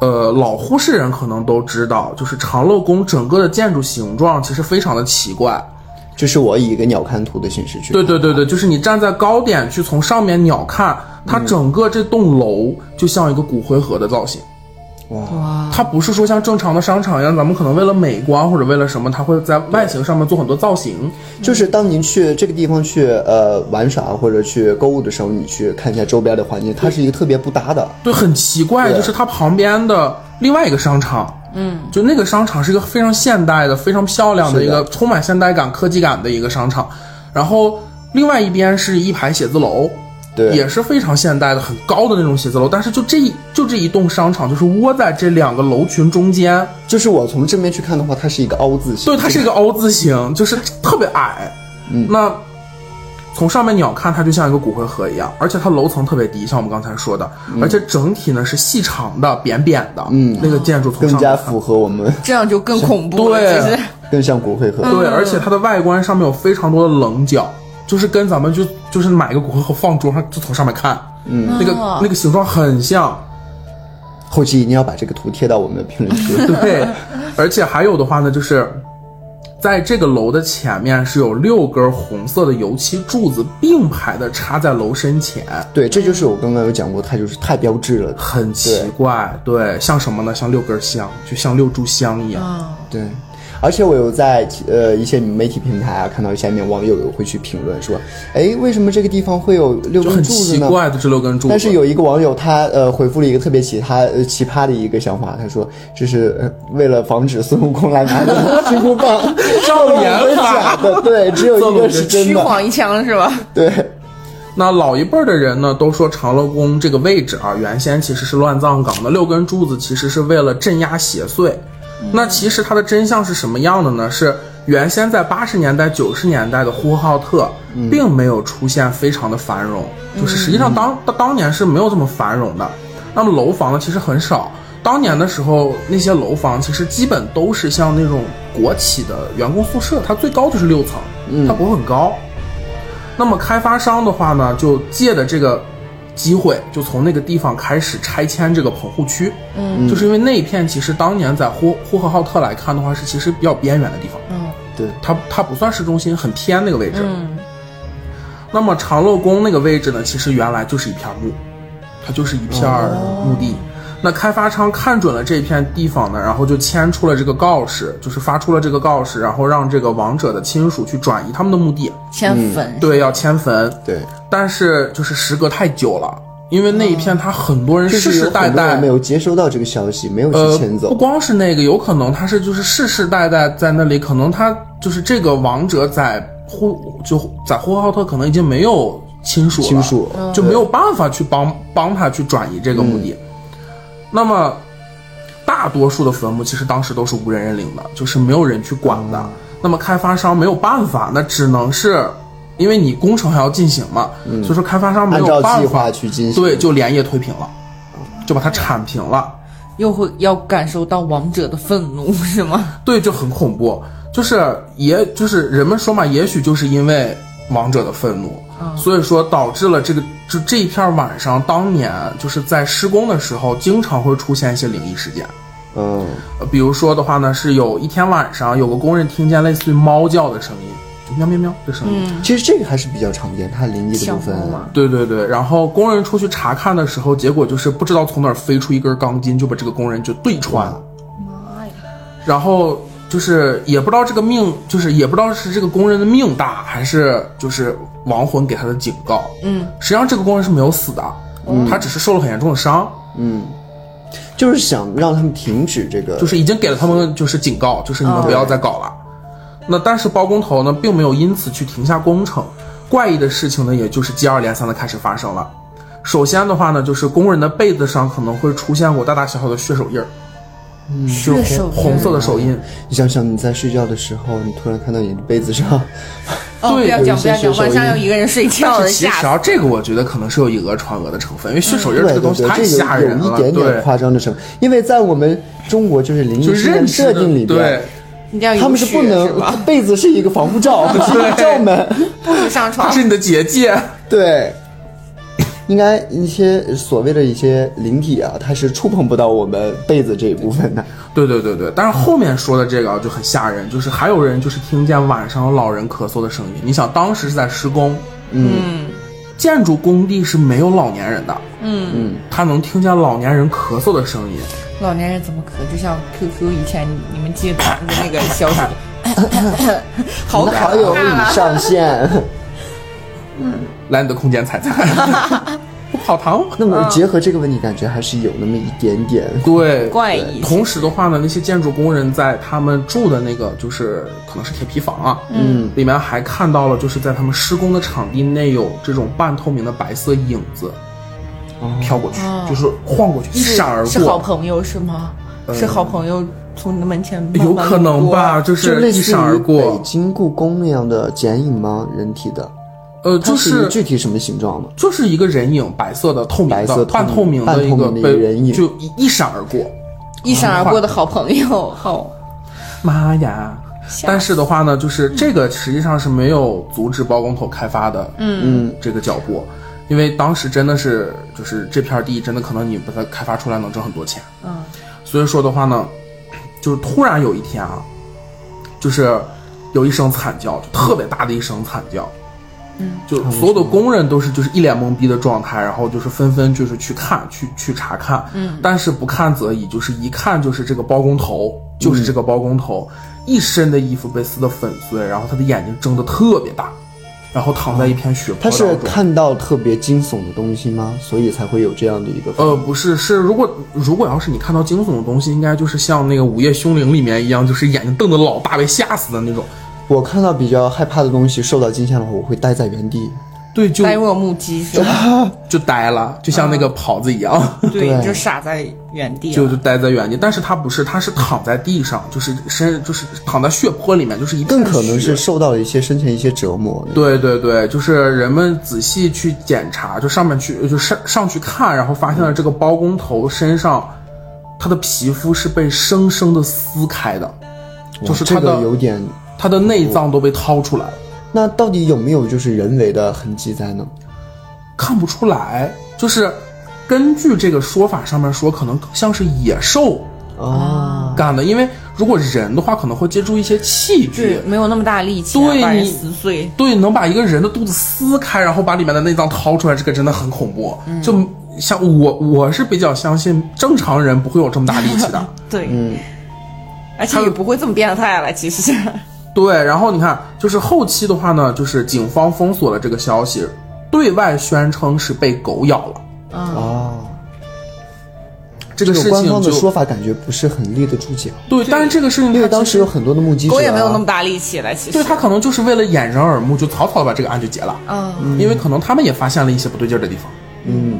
Speaker 2: 呃，老呼市人可能都知道，就是长乐宫整个的建筑形状其实非常的奇怪。
Speaker 1: 这是我以一个鸟瞰图的形式去
Speaker 2: 对
Speaker 1: 看，
Speaker 2: 对对对，就是你站在高点去从上面鸟看，它整个这栋楼就像一个骨灰盒的造型。
Speaker 1: 哇，
Speaker 3: 哇，
Speaker 2: 它不是说像正常的商场一样，咱们可能为了美观或者为了什么，它会在外形上面做很多造型。
Speaker 1: 就是当您去这个地方去呃玩耍或者去购物的时候，你去看一下周边的环境，它是一个特别不搭的。
Speaker 2: 对，很奇怪，
Speaker 1: 对
Speaker 2: 就是它旁边的另外一个商场，嗯，就那个商场是一个非常现代的、非常漂亮的
Speaker 1: 是
Speaker 2: 一
Speaker 1: 的
Speaker 2: 个充满现代感、科技感的一个商场，然后另外一边是一排写字楼。
Speaker 1: 对，
Speaker 2: 也是非常现代的、很高的那种写字楼，但是就这一就这一栋商场，就是窝在这两个楼群中间，
Speaker 1: 就是我从正面去看的话，它是一个凹字形。
Speaker 2: 对，它是一个凹字形，就是特别矮。
Speaker 1: 嗯
Speaker 2: 那从上面鸟看，它就像一个骨灰盒一样，而且它楼层特别低，像我们刚才说的，而且整体呢是细长的、扁扁的，
Speaker 1: 嗯
Speaker 2: 那个建筑从
Speaker 1: 更
Speaker 2: 上
Speaker 1: 加
Speaker 2: 面看
Speaker 1: 符合我们，
Speaker 3: 这样就更恐怖了。
Speaker 2: 对
Speaker 3: 其实，
Speaker 1: 更像骨灰盒。
Speaker 2: 对，而且它的外观上面有非常多的棱角，就是跟咱们就就是买个骨灰盒放桌上，就从上面看，嗯，那个
Speaker 3: 哦
Speaker 2: 那个形状很像，
Speaker 1: 后期一定要把这个图贴到我们的评论区。
Speaker 2: 对， 而且还有的话呢，就是在这个楼的前面是有六根红色的油漆柱子并排的插在楼身前，
Speaker 1: 对，这就是我刚刚有讲过，它就是太标志了。
Speaker 2: 很奇怪。对，像什么呢？像六根香，就像六炷香一样。
Speaker 3: 啊，
Speaker 1: 对，而且我有在呃一些媒体平台啊看到下面网友有会去评论说，哎，为什么这个地方会有六
Speaker 2: 就
Speaker 1: 根
Speaker 2: 很
Speaker 1: 嗯柱子
Speaker 2: 奇
Speaker 1: 呢？
Speaker 2: 怪的这六根柱子，
Speaker 1: 但是有一个网友他呃回复了一个特别奇葩呃奇葩的一个想法，他说这是呃为了防止孙悟空来拿的 金箍棒，
Speaker 2: 障眼
Speaker 1: 都是假
Speaker 2: 法
Speaker 1: 的，对，只有一个是真
Speaker 3: 虚
Speaker 1: 的，
Speaker 3: 晃一枪是吧？
Speaker 1: 对，
Speaker 2: 那老一辈儿的人呢，都说长乐宫这个位置啊，原先其实是乱葬岗的，六根柱子其实是为了镇压邪祟。那其实它的真相是什么样的呢？是原先在八十年代、九十年代的呼和浩特，并没有出现非常的繁荣，就是实际上当当当年是没有这么繁荣的。那么楼房呢，其实很少。当年的时候，那些楼房其实基本都是像那种国企的员工宿舍，它最高就是六层，它不会很高。那么开发商的话呢，就借着这个机会，就从那个地方开始拆迁这个棚户区。嗯，就是因为那一片其实当年在呼呼和浩特来看的话，是其实比较边缘的地方，
Speaker 3: 嗯
Speaker 1: 对，
Speaker 2: 它它不算市中心，很偏那个位置。
Speaker 3: 嗯，
Speaker 2: 那么长乐宫那个位置呢，其实原来就是一片墓，它就是一片儿
Speaker 3: 哦
Speaker 2: 墓地。那开发商看准了这片地方呢，然后就签出了这个告示，就是发出了这个告示，然后让这个亡者的亲属去转移他们的墓地，
Speaker 3: 迁坟，
Speaker 2: 对，要迁坟。
Speaker 1: 对，
Speaker 2: 但是就是时隔太久了，因为那一片它很多人
Speaker 1: 就
Speaker 2: 世
Speaker 1: 是
Speaker 2: 世
Speaker 1: 有
Speaker 2: 代
Speaker 1: 很多人
Speaker 2: 代
Speaker 1: 没。有接收到这个消息，没有
Speaker 2: 呃
Speaker 1: 去迁，
Speaker 2: 不
Speaker 1: 走，
Speaker 2: 光是那个，有可能他是就是世世代代在那里，可能他就是这个王者在呼就在呼和浩特可能已经没有亲属了，
Speaker 1: 亲属，
Speaker 2: 就没有办法去帮帮他去转移这个墓地。那么，大多数的坟墓其实当时都是无人认领的，就是没有人去管的。
Speaker 1: 嗯
Speaker 2: 那么开发商没有办法，那只能是因为你工程还要进行嘛，所以说开发商
Speaker 1: 嗯
Speaker 2: 没
Speaker 1: 按
Speaker 2: 有
Speaker 1: 照计
Speaker 2: 办
Speaker 1: 划
Speaker 2: 法，
Speaker 1: 去进行，
Speaker 2: 对，就连夜推平了，就把它铲平了。
Speaker 3: 又会要感受到王者的愤怒是吗？
Speaker 2: 对，就很恐怖。就是也就是人们说嘛，也许就是因为王者的愤怒，所以说导致了这个就这一片晚上，当年就是在施工的时候，经常会出现一些灵异事件。
Speaker 1: 嗯，
Speaker 2: 呃比如说的话呢，是有一天晚上，有个工人听见类似于猫叫的声音，就喵喵喵的声音。
Speaker 1: 其实这个还是比较常见，它灵异的
Speaker 3: 小
Speaker 1: 部分啊
Speaker 3: 猫嘛，
Speaker 2: 对对对，然后工人出去查看的时候，结果就是不知道从哪儿飞出一根钢筋，就把这个工人就对穿。
Speaker 3: 妈呀！
Speaker 2: 然后就是也不知道这个命，就是也不知道是这个工人的命大，还是就是亡魂给他的警告。
Speaker 3: 嗯，
Speaker 2: 实际上这个工人是没有死的，他只是受了很严重的伤，
Speaker 1: 就是想让他们停止这个，
Speaker 2: 就是已经给了他们就是警告，就是你们不要再搞了。那但是包工头呢，并没有因此去停下工程。怪异的事情呢，也就是接二连三的开始发生了。首先的话呢，就是工人的被子上可能会出现过大大小小的血手印儿，就
Speaker 1: 嗯
Speaker 3: 血
Speaker 2: 是
Speaker 3: 手
Speaker 2: 红红色
Speaker 3: 的
Speaker 2: 的手印。
Speaker 1: 你想想你在睡觉的时候，你突然看到你的被子上，
Speaker 3: 哦，不
Speaker 2: 对
Speaker 3: 要
Speaker 1: 有
Speaker 3: 讲
Speaker 1: 一
Speaker 3: 不
Speaker 1: 些
Speaker 3: 要
Speaker 1: 血
Speaker 3: 讲，
Speaker 1: 手
Speaker 3: 晚上
Speaker 1: 印
Speaker 3: 有一个人睡觉
Speaker 2: 但
Speaker 3: 了，
Speaker 2: 是其
Speaker 3: 吓
Speaker 2: 实
Speaker 3: 死！
Speaker 2: 啊，这个我觉得可能是有以讹传讹的成分，因为血手印
Speaker 1: 嗯
Speaker 2: 这
Speaker 1: 对
Speaker 2: 个东
Speaker 1: 对
Speaker 2: 西
Speaker 1: 对，
Speaker 2: 太
Speaker 1: 这
Speaker 2: 吓
Speaker 1: 有有
Speaker 2: 人了，
Speaker 1: 一点点夸张的成分，因为在我们中国就是灵
Speaker 2: 对，就
Speaker 1: 异事件
Speaker 2: 认知的
Speaker 1: 设定里边
Speaker 2: 对，，
Speaker 3: 你这样
Speaker 1: 他们是不能，
Speaker 3: 吧？
Speaker 1: 被子是一个防护罩，不是一个罩门，
Speaker 3: 不能上
Speaker 2: 它
Speaker 3: 床。
Speaker 2: 是你的结界。
Speaker 1: 对。应该一些所谓的一些灵体啊，它是触碰不到我们被子这一部分的。
Speaker 2: 对对对对，但是后面说的这个啊就很吓人，就是还有人就是听见晚上有老人咳嗽的声音。你想，当时是在施工，
Speaker 3: 嗯
Speaker 2: 建筑工地是没有老年人的，
Speaker 3: 嗯，
Speaker 1: 嗯，
Speaker 2: 他能听见老年人咳嗽的声音。
Speaker 3: 老年人怎么咳？就像 QQ 以前你你们记得咱们的那个消 息，好
Speaker 2: 啊
Speaker 3: 可
Speaker 1: 好啊友
Speaker 3: 怕
Speaker 1: 已
Speaker 3: 了。
Speaker 1: 上线。
Speaker 2: 来你的空间踩踩，不跑堂。
Speaker 1: 那么结合这个问题，感觉还是有那么一点点。
Speaker 2: 对，
Speaker 3: 怪异，
Speaker 2: 同时的话呢，那些建筑工人在他们住的那个就是可能是铁皮房啊，
Speaker 1: 嗯，
Speaker 2: 里面还看到了就是在他们施工的场地内有这种半透明的白色影子
Speaker 1: 哦
Speaker 2: 飘过去，
Speaker 3: 哦
Speaker 2: 就是晃过去，一 闪而
Speaker 3: 是好
Speaker 2: 过。嗯
Speaker 3: 朋友是吗？是好朋友从你的门前慢慢
Speaker 2: 有可能
Speaker 3: 路过
Speaker 2: 吧，，就
Speaker 1: 就是类
Speaker 2: 一
Speaker 1: 似
Speaker 2: 闪
Speaker 1: 于
Speaker 2: 而
Speaker 1: 北
Speaker 2: 过。
Speaker 1: 京故宫那样的剪影吗？人体的，
Speaker 2: 呃，
Speaker 1: 它
Speaker 2: 就是
Speaker 1: 一个具体什么形状吗？
Speaker 2: 就是一个人影，白色的、透明
Speaker 1: 白
Speaker 2: 的、
Speaker 1: 色透明
Speaker 2: 半透明
Speaker 1: 半
Speaker 2: 的一
Speaker 1: 透
Speaker 2: 个
Speaker 1: 明的
Speaker 2: 被
Speaker 1: 人影
Speaker 2: 就一一闪而过。
Speaker 3: 一闪而过的好朋友，
Speaker 2: 嗯
Speaker 3: 好
Speaker 2: 妈呀！
Speaker 3: 吓
Speaker 2: 但是的话呢，就是这个实际上是没有阻止包工头开发的，嗯，这个脚步，因为当时真的是就是这片地真的可能你把它开发出来能挣很多钱，
Speaker 3: 嗯，
Speaker 2: 所以说的话呢，就是突然有一天啊，就是有一声惨叫，就特别大的一声惨叫，嗯，就所有的工人都是就是一脸懵逼的状态，然后就是纷纷就是去看去去查看，嗯，但是不看则已，就是一看就是这个包工头，就是这个包工头，一身的衣服被撕得粉碎，然后他的眼睛睁得特别大，然后躺在一片血泊
Speaker 1: 他
Speaker 2: 当
Speaker 1: 是
Speaker 2: 中。
Speaker 1: 看到特别惊悚的东西吗？所以才会有这样的一个
Speaker 2: 呃，不是，是如果如果要是你看到惊悚的东西，应该就是像那个《午夜凶铃》里面一样，就是眼睛瞪得老大，被吓死的那种。
Speaker 1: 我看到比较害怕的东西，受到惊吓的话，我会待在原地。
Speaker 2: 对，就
Speaker 3: 呆若木鸡是吧？
Speaker 2: 就呆了，就像那个狍子一样，
Speaker 3: 对，
Speaker 1: 对
Speaker 3: 就傻在原地
Speaker 2: 就
Speaker 3: 了。
Speaker 2: 就呆在原地。但是他不是，他是躺在地上，就是身就是躺在血泊里面，就是一片
Speaker 1: 更可能
Speaker 2: 血
Speaker 1: 是受到了一些生前一些折磨。
Speaker 2: 对对对，就是人们仔细去检查，就上面去就上上去看，然后发现了这个包工头身上，他的皮肤是被生生的撕开的，
Speaker 1: 哇
Speaker 2: 就是
Speaker 1: 这
Speaker 2: 他
Speaker 1: 个
Speaker 2: 的
Speaker 1: 有点。
Speaker 2: 他的内脏都被掏出来了，
Speaker 1: 那到底有没有就是人为的痕迹在呢？
Speaker 2: 看不出来。就是根据这个说法上面说，可能更像是野兽
Speaker 1: 啊，
Speaker 2: 干的，因为如果人的话，可能会接触一些器具
Speaker 3: 对，。没有那么大力气
Speaker 2: 对
Speaker 3: 把人
Speaker 2: 你
Speaker 3: 撕碎。
Speaker 2: 对，能把一个人的肚子撕开，然后把里面的内脏掏出来，这个真的很恐怖。
Speaker 1: 嗯
Speaker 2: 就像我，我是比较相信正常人不会有这么大力气 的。
Speaker 3: 对，
Speaker 1: 嗯，
Speaker 3: 而且
Speaker 2: 还有
Speaker 3: 也不会这么变态了，其实。
Speaker 2: 啊对，然后你看，就是后期的话呢，就是警方封锁了这个消息，对外宣称是被狗咬了。
Speaker 3: 啊，
Speaker 1: 哦，
Speaker 2: 这
Speaker 1: 这
Speaker 2: 个
Speaker 1: 个
Speaker 2: 事
Speaker 1: 官
Speaker 2: 情
Speaker 1: 方的
Speaker 2: 就
Speaker 1: 说法感觉不是很立得住脚，
Speaker 2: 对，但是这个事情
Speaker 1: 因为
Speaker 2: 它
Speaker 1: 当
Speaker 2: 其
Speaker 1: 时
Speaker 2: 实
Speaker 1: 有很多的目击者、啊，
Speaker 3: 狗也没有那么大力气了，其实
Speaker 2: 对。他可能就是为了掩人耳目，就草草的把这个案就结了，
Speaker 3: 嗯，
Speaker 2: 因为可能他们也发现了一些不对劲儿的地方。
Speaker 1: 嗯，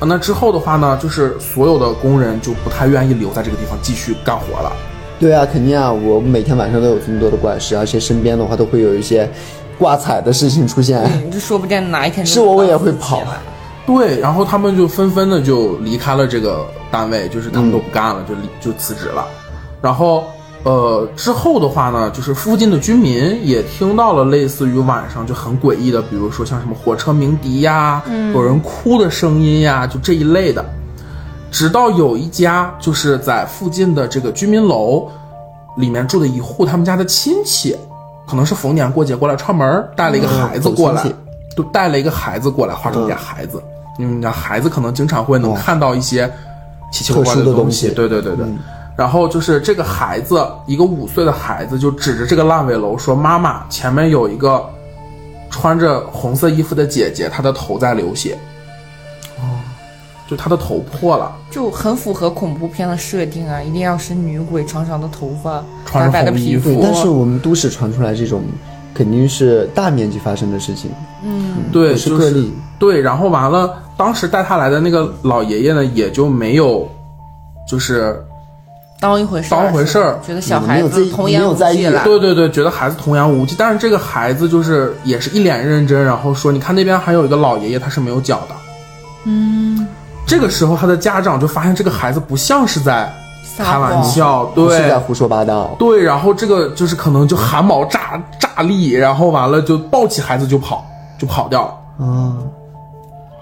Speaker 2: 啊那之后的话呢，就是所有的工人就不太愿意留在这个地方继续干活了。
Speaker 1: 对啊，肯定啊，我每天晚上都有这么多的怪事，而且身边的话都会有一些挂彩的事情出现，
Speaker 3: 你就说不定哪一天
Speaker 1: 是我我也会跑
Speaker 3: 啊。
Speaker 2: 对，然后他们就纷纷的就离开了这个单位，就是他们都不干了，就离就辞职了。然后，呃，之后的话呢，就是附近的居民也听到了类似于晚上就很诡异的，比如说像什么火车鸣笛呀，有人哭的声音呀，就这一类的。直到有一家就是在附近的这个居民楼里面住的一户，他们家的亲戚，可能是逢年过节过来串门儿，带了一个孩子过
Speaker 1: 嗯
Speaker 2: 来
Speaker 1: 走亲戚，嗯
Speaker 2: 就带了一个孩子过来，化成我们家孩子，因为你知道孩子可能经常会能看到一些奇奇怪怪
Speaker 1: 特殊的
Speaker 2: 东
Speaker 1: 东西嗯
Speaker 2: 对对对对。然后就是这个孩子，一个五岁的孩子就指着这个烂尾楼说：“妈妈，前面有一个穿着红色衣服的姐姐，她的头在流血。”哦，就她的头破了。
Speaker 3: 就很符合恐怖片的设定啊，一定要是女鬼，长长的头发，
Speaker 2: 穿
Speaker 3: 白白
Speaker 2: 着
Speaker 3: 的
Speaker 2: 红衣
Speaker 3: 皮
Speaker 2: 服
Speaker 3: 肤
Speaker 1: 对，，但是我们都市传出来这种肯定是大面积发生的事情，
Speaker 2: 对，
Speaker 1: 不是
Speaker 2: 就
Speaker 1: 个例，
Speaker 2: 对，然后完了，当时带他来的那个老爷爷呢，也就没有，就是
Speaker 3: 当一回事儿，
Speaker 2: 当回事儿
Speaker 3: 是吧觉得小
Speaker 1: 没
Speaker 3: 孩
Speaker 1: 有在
Speaker 3: 子
Speaker 1: 意
Speaker 3: 童言
Speaker 1: 没有
Speaker 3: 无
Speaker 1: 在
Speaker 3: 忌
Speaker 1: 意
Speaker 3: 了，
Speaker 2: 对对对，觉得孩子童言无忌，但是这个孩子就是也是一脸认真，然后说，你看那边还有一个老爷爷，他是没有脚的。嗯，这个时候他的家长就发现这个孩子不像是在
Speaker 3: 撒
Speaker 2: 开玩
Speaker 3: 谎
Speaker 2: 笑，
Speaker 1: 不是
Speaker 2: 对
Speaker 1: 在，胡说八道。
Speaker 2: 对，然后这个就是可能就汗毛炸炸立，然后完了就抱起孩子就跑，就跑掉了。
Speaker 1: 啊，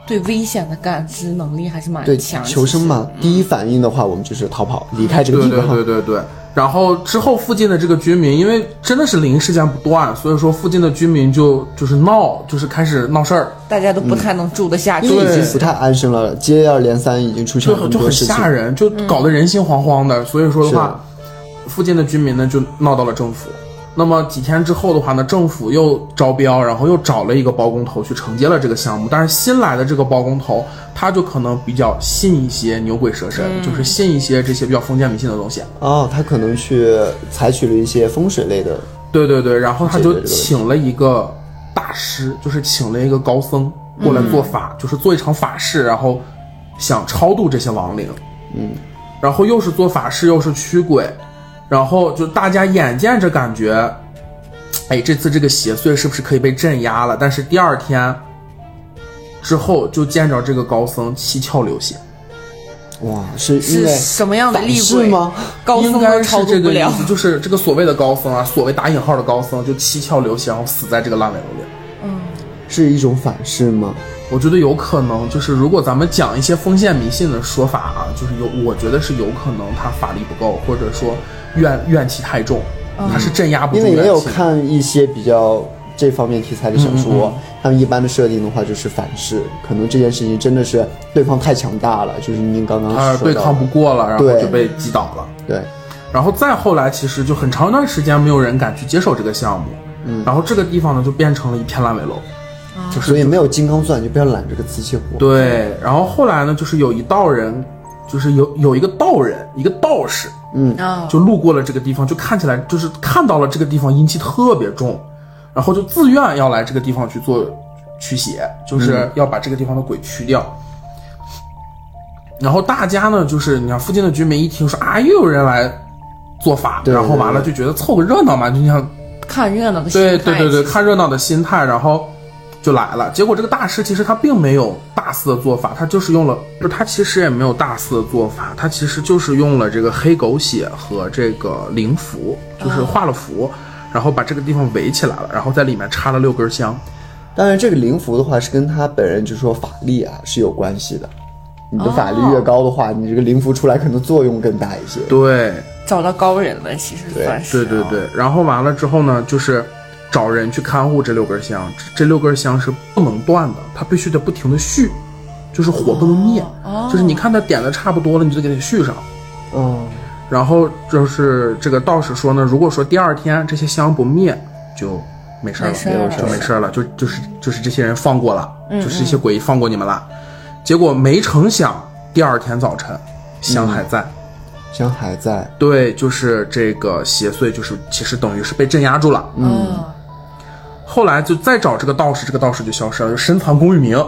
Speaker 3: 对危险的感知能力还是蛮
Speaker 1: 对
Speaker 3: 强。
Speaker 1: 求生嘛，第一反应的话，我们就是逃跑，离开这个地方。
Speaker 2: 对对对对对。然后之后附近的这个居民，因为真的是零事件不断，所以说附近的居民就就是闹，就是开始闹事儿，
Speaker 3: 其实大家都不太能住得下去。
Speaker 1: 因为已
Speaker 2: 对
Speaker 1: 经不太安生了，接二连三已经出现
Speaker 2: 就
Speaker 1: 了
Speaker 2: 很就
Speaker 1: 多
Speaker 2: 很
Speaker 1: 事情。嗯
Speaker 2: 吓人，就搞得人心惶惶的。所以说的话，附近的居民呢就闹到了政府。那么几天之后的话呢，政府又招标，然后又找了一个包工头去承接了这个项目。但是新来的这个包工头，他就可能比较信一些牛鬼蛇神，
Speaker 1: 嗯
Speaker 2: 就是信一些这些比较封建迷信的东西。
Speaker 1: 哦，他可能去采取了一些风水类的，
Speaker 2: 对对对，然后他
Speaker 1: 解决这
Speaker 2: 就
Speaker 1: 个问题
Speaker 2: 请了一个大师，就是请了一个高僧过来做
Speaker 3: 嗯
Speaker 2: 法，就是做一场法事，然后想超度这些亡灵。
Speaker 1: 嗯，
Speaker 2: 然后又是做法事，又是驱鬼，然后就大家眼见着感觉，哎，这次这个邪祟是不是可以被镇压了？但是第二天之后就见着这个高僧七窍流血，
Speaker 1: 哇，是因
Speaker 3: 是
Speaker 1: 为
Speaker 3: 什么样的厉
Speaker 1: 是
Speaker 3: 鬼？
Speaker 1: 吗？
Speaker 3: 高僧
Speaker 2: 应
Speaker 3: 都
Speaker 2: 该
Speaker 3: 超
Speaker 2: 是
Speaker 3: 度
Speaker 2: 这
Speaker 3: 不
Speaker 2: 个意
Speaker 3: 了。
Speaker 2: 思，就是这个所谓的高僧啊，所谓打引号的高僧，就七窍流血，然后死在这个烂尾楼里。
Speaker 1: 是一种反噬吗？
Speaker 2: 我觉得有可能，就是如果咱们讲一些封建迷信的说法啊，就是有，我觉得是有可能他法力不够，或者说怨怨气太重，他是镇压
Speaker 1: 嗯
Speaker 2: 不
Speaker 1: 因
Speaker 2: 住
Speaker 1: 为也
Speaker 2: 怨
Speaker 1: 有
Speaker 2: 气。
Speaker 1: 看一些比较这方面题材的小说，
Speaker 2: 嗯
Speaker 1: 他们一般的设定的话就是反噬，可能这件事情真的是对方太强大了，就是您刚刚说
Speaker 2: 他啊对
Speaker 1: 到
Speaker 2: 抗
Speaker 1: 的
Speaker 2: 不过了，然后
Speaker 1: 对
Speaker 2: 就被击倒了。
Speaker 1: 对，
Speaker 3: 啊
Speaker 2: 然后再后来，其实就很长一段时间没有人敢去接手这个项目。嗯，然后这个地方呢，就变成了一片烂尾楼。就是
Speaker 1: 所以没有金刚钻就不要揽这个瓷器活。
Speaker 2: 对，然后后来呢，就是有一道人，就是有有一个道人，一个道士，
Speaker 1: 嗯
Speaker 3: 啊，
Speaker 2: 就路过了这个地方，就看起来就是看到了这个地方阴气特别重，然后就自愿要来这个地方去做驱邪，
Speaker 1: 嗯
Speaker 2: 就是要把这个地方的鬼驱掉。然后大家呢，就是你看附近的居民一听说啊，又有人来做法，
Speaker 1: 对
Speaker 2: 然后完了
Speaker 1: 对
Speaker 2: 就觉得凑个热闹嘛，就像
Speaker 3: 看热闹的心
Speaker 2: 对
Speaker 3: 态
Speaker 2: 对对对，看热闹的心态，然后就来了。结果这个大师其实他并没有大肆的做法，他就是用了，不是他其实也没有大肆的做法，他其实就是用了这个黑狗血和这个灵符，就是画了符，然后把这个地方围起来了，然后在里面插了六根香。
Speaker 1: 当然这个灵符的话是跟他本人就说法力啊是有关系的。你
Speaker 3: 哦
Speaker 1: 的法力越高的话，你这个灵符出来可能作用更大一些。
Speaker 2: 对
Speaker 3: 找到高人了，其实算
Speaker 2: 对
Speaker 3: 是
Speaker 2: 对对，然后完了之后呢，就是。找人去看护这六根香，这这六根香是不能断的，它必须得不停的续，就是火不能灭，
Speaker 3: 哦
Speaker 2: 就是你看它点的差不多了，你就得给它续上。
Speaker 1: 嗯，
Speaker 2: 然后就是这个道士说呢，如果说第二天这些香不灭，就没事儿了，
Speaker 3: 没事儿了嗯
Speaker 2: 就没事儿了，就就是就是这些人放过了，就是这些鬼放过你们了。结果没成想，第二天早晨香还在，
Speaker 3: 嗯
Speaker 1: 香还在，
Speaker 2: 对，就是这个邪祟，就是其实等于是被镇压住了。
Speaker 3: 嗯，
Speaker 2: 后来就再找这个道士，这个道士就消失了，就深藏功与名，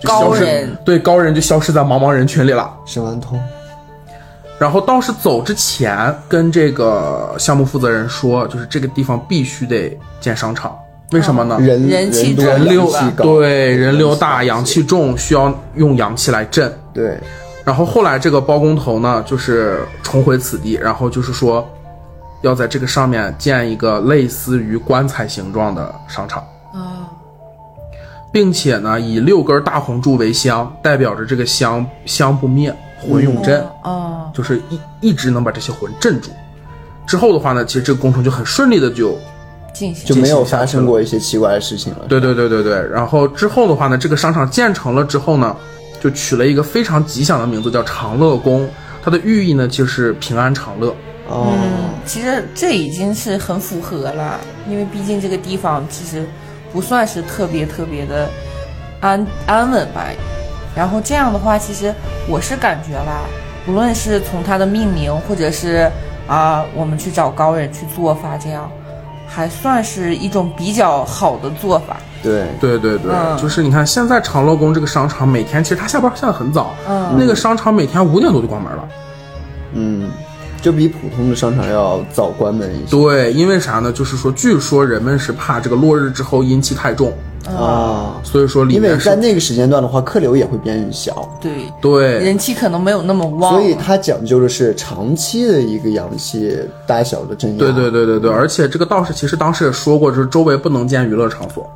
Speaker 2: 就
Speaker 3: 高
Speaker 2: 消失
Speaker 3: 人
Speaker 2: 对高人就消失在茫茫人群里了。
Speaker 1: 沈万通，
Speaker 2: 啊然后道士走之前跟这个项目负责人说，就是这个地方必须得建商场，为什么呢？
Speaker 1: 人
Speaker 3: 人气
Speaker 1: 多
Speaker 3: 重
Speaker 2: 人
Speaker 1: 阳
Speaker 2: 流
Speaker 1: 气高，
Speaker 2: 对人流大，阳气重，需要用阳气来镇。
Speaker 1: 对，
Speaker 2: 然后后来这个包工头呢，就是重回此地，然后就是说要在这个上面建一个类似于棺材形状的商场。
Speaker 3: 啊，
Speaker 2: 并且呢，以六根大红柱为香，代表着这个香香不灭，魂永镇。
Speaker 1: 嗯
Speaker 3: 哦，
Speaker 2: 就是一一直能把这些魂镇住。之后的话呢，其实这个工程就很顺利的就，
Speaker 3: 进行
Speaker 1: 就没有发生过一些奇怪的事情了。
Speaker 2: 对对对对对。然后之后的话呢，这个商场建成了之后呢，就取了一个非常吉祥的名字，叫长乐宫。它的寓意呢，就是平安长乐。
Speaker 1: 哦，
Speaker 3: 嗯，其实这已经是很符合了，因为毕竟这个地方其实不算是特别特别的安安稳吧。然后这样的话，其实我是感觉啦，无论是从它的命名，或者是啊、我们去找高人去做法，这样还算是一种比较好的做法。
Speaker 1: 对，
Speaker 2: 对对对，
Speaker 3: 嗯
Speaker 2: 就是你看现在长乐宫这个商场，每天其实它下班下的很早，
Speaker 3: 嗯
Speaker 2: 那个商场每天五点多就关门了。
Speaker 1: 嗯，就比普通的商场要早关门一些。
Speaker 2: 对，因为啥呢？就是说，据说人们是怕这个落日之后阴气太重，
Speaker 1: 啊，
Speaker 2: 所以说里
Speaker 1: 因为
Speaker 2: 面
Speaker 1: 在
Speaker 2: 是
Speaker 1: 那个时间段的话，客流也会变小，
Speaker 3: 对，
Speaker 2: 对
Speaker 3: 人气可能没有那么旺，
Speaker 1: 所以它讲究的是长期的一个阳气大小的啊镇压。
Speaker 2: 对嗯对对对对，而且这个道士其实当时也说过，就是周围不能建娱乐场所，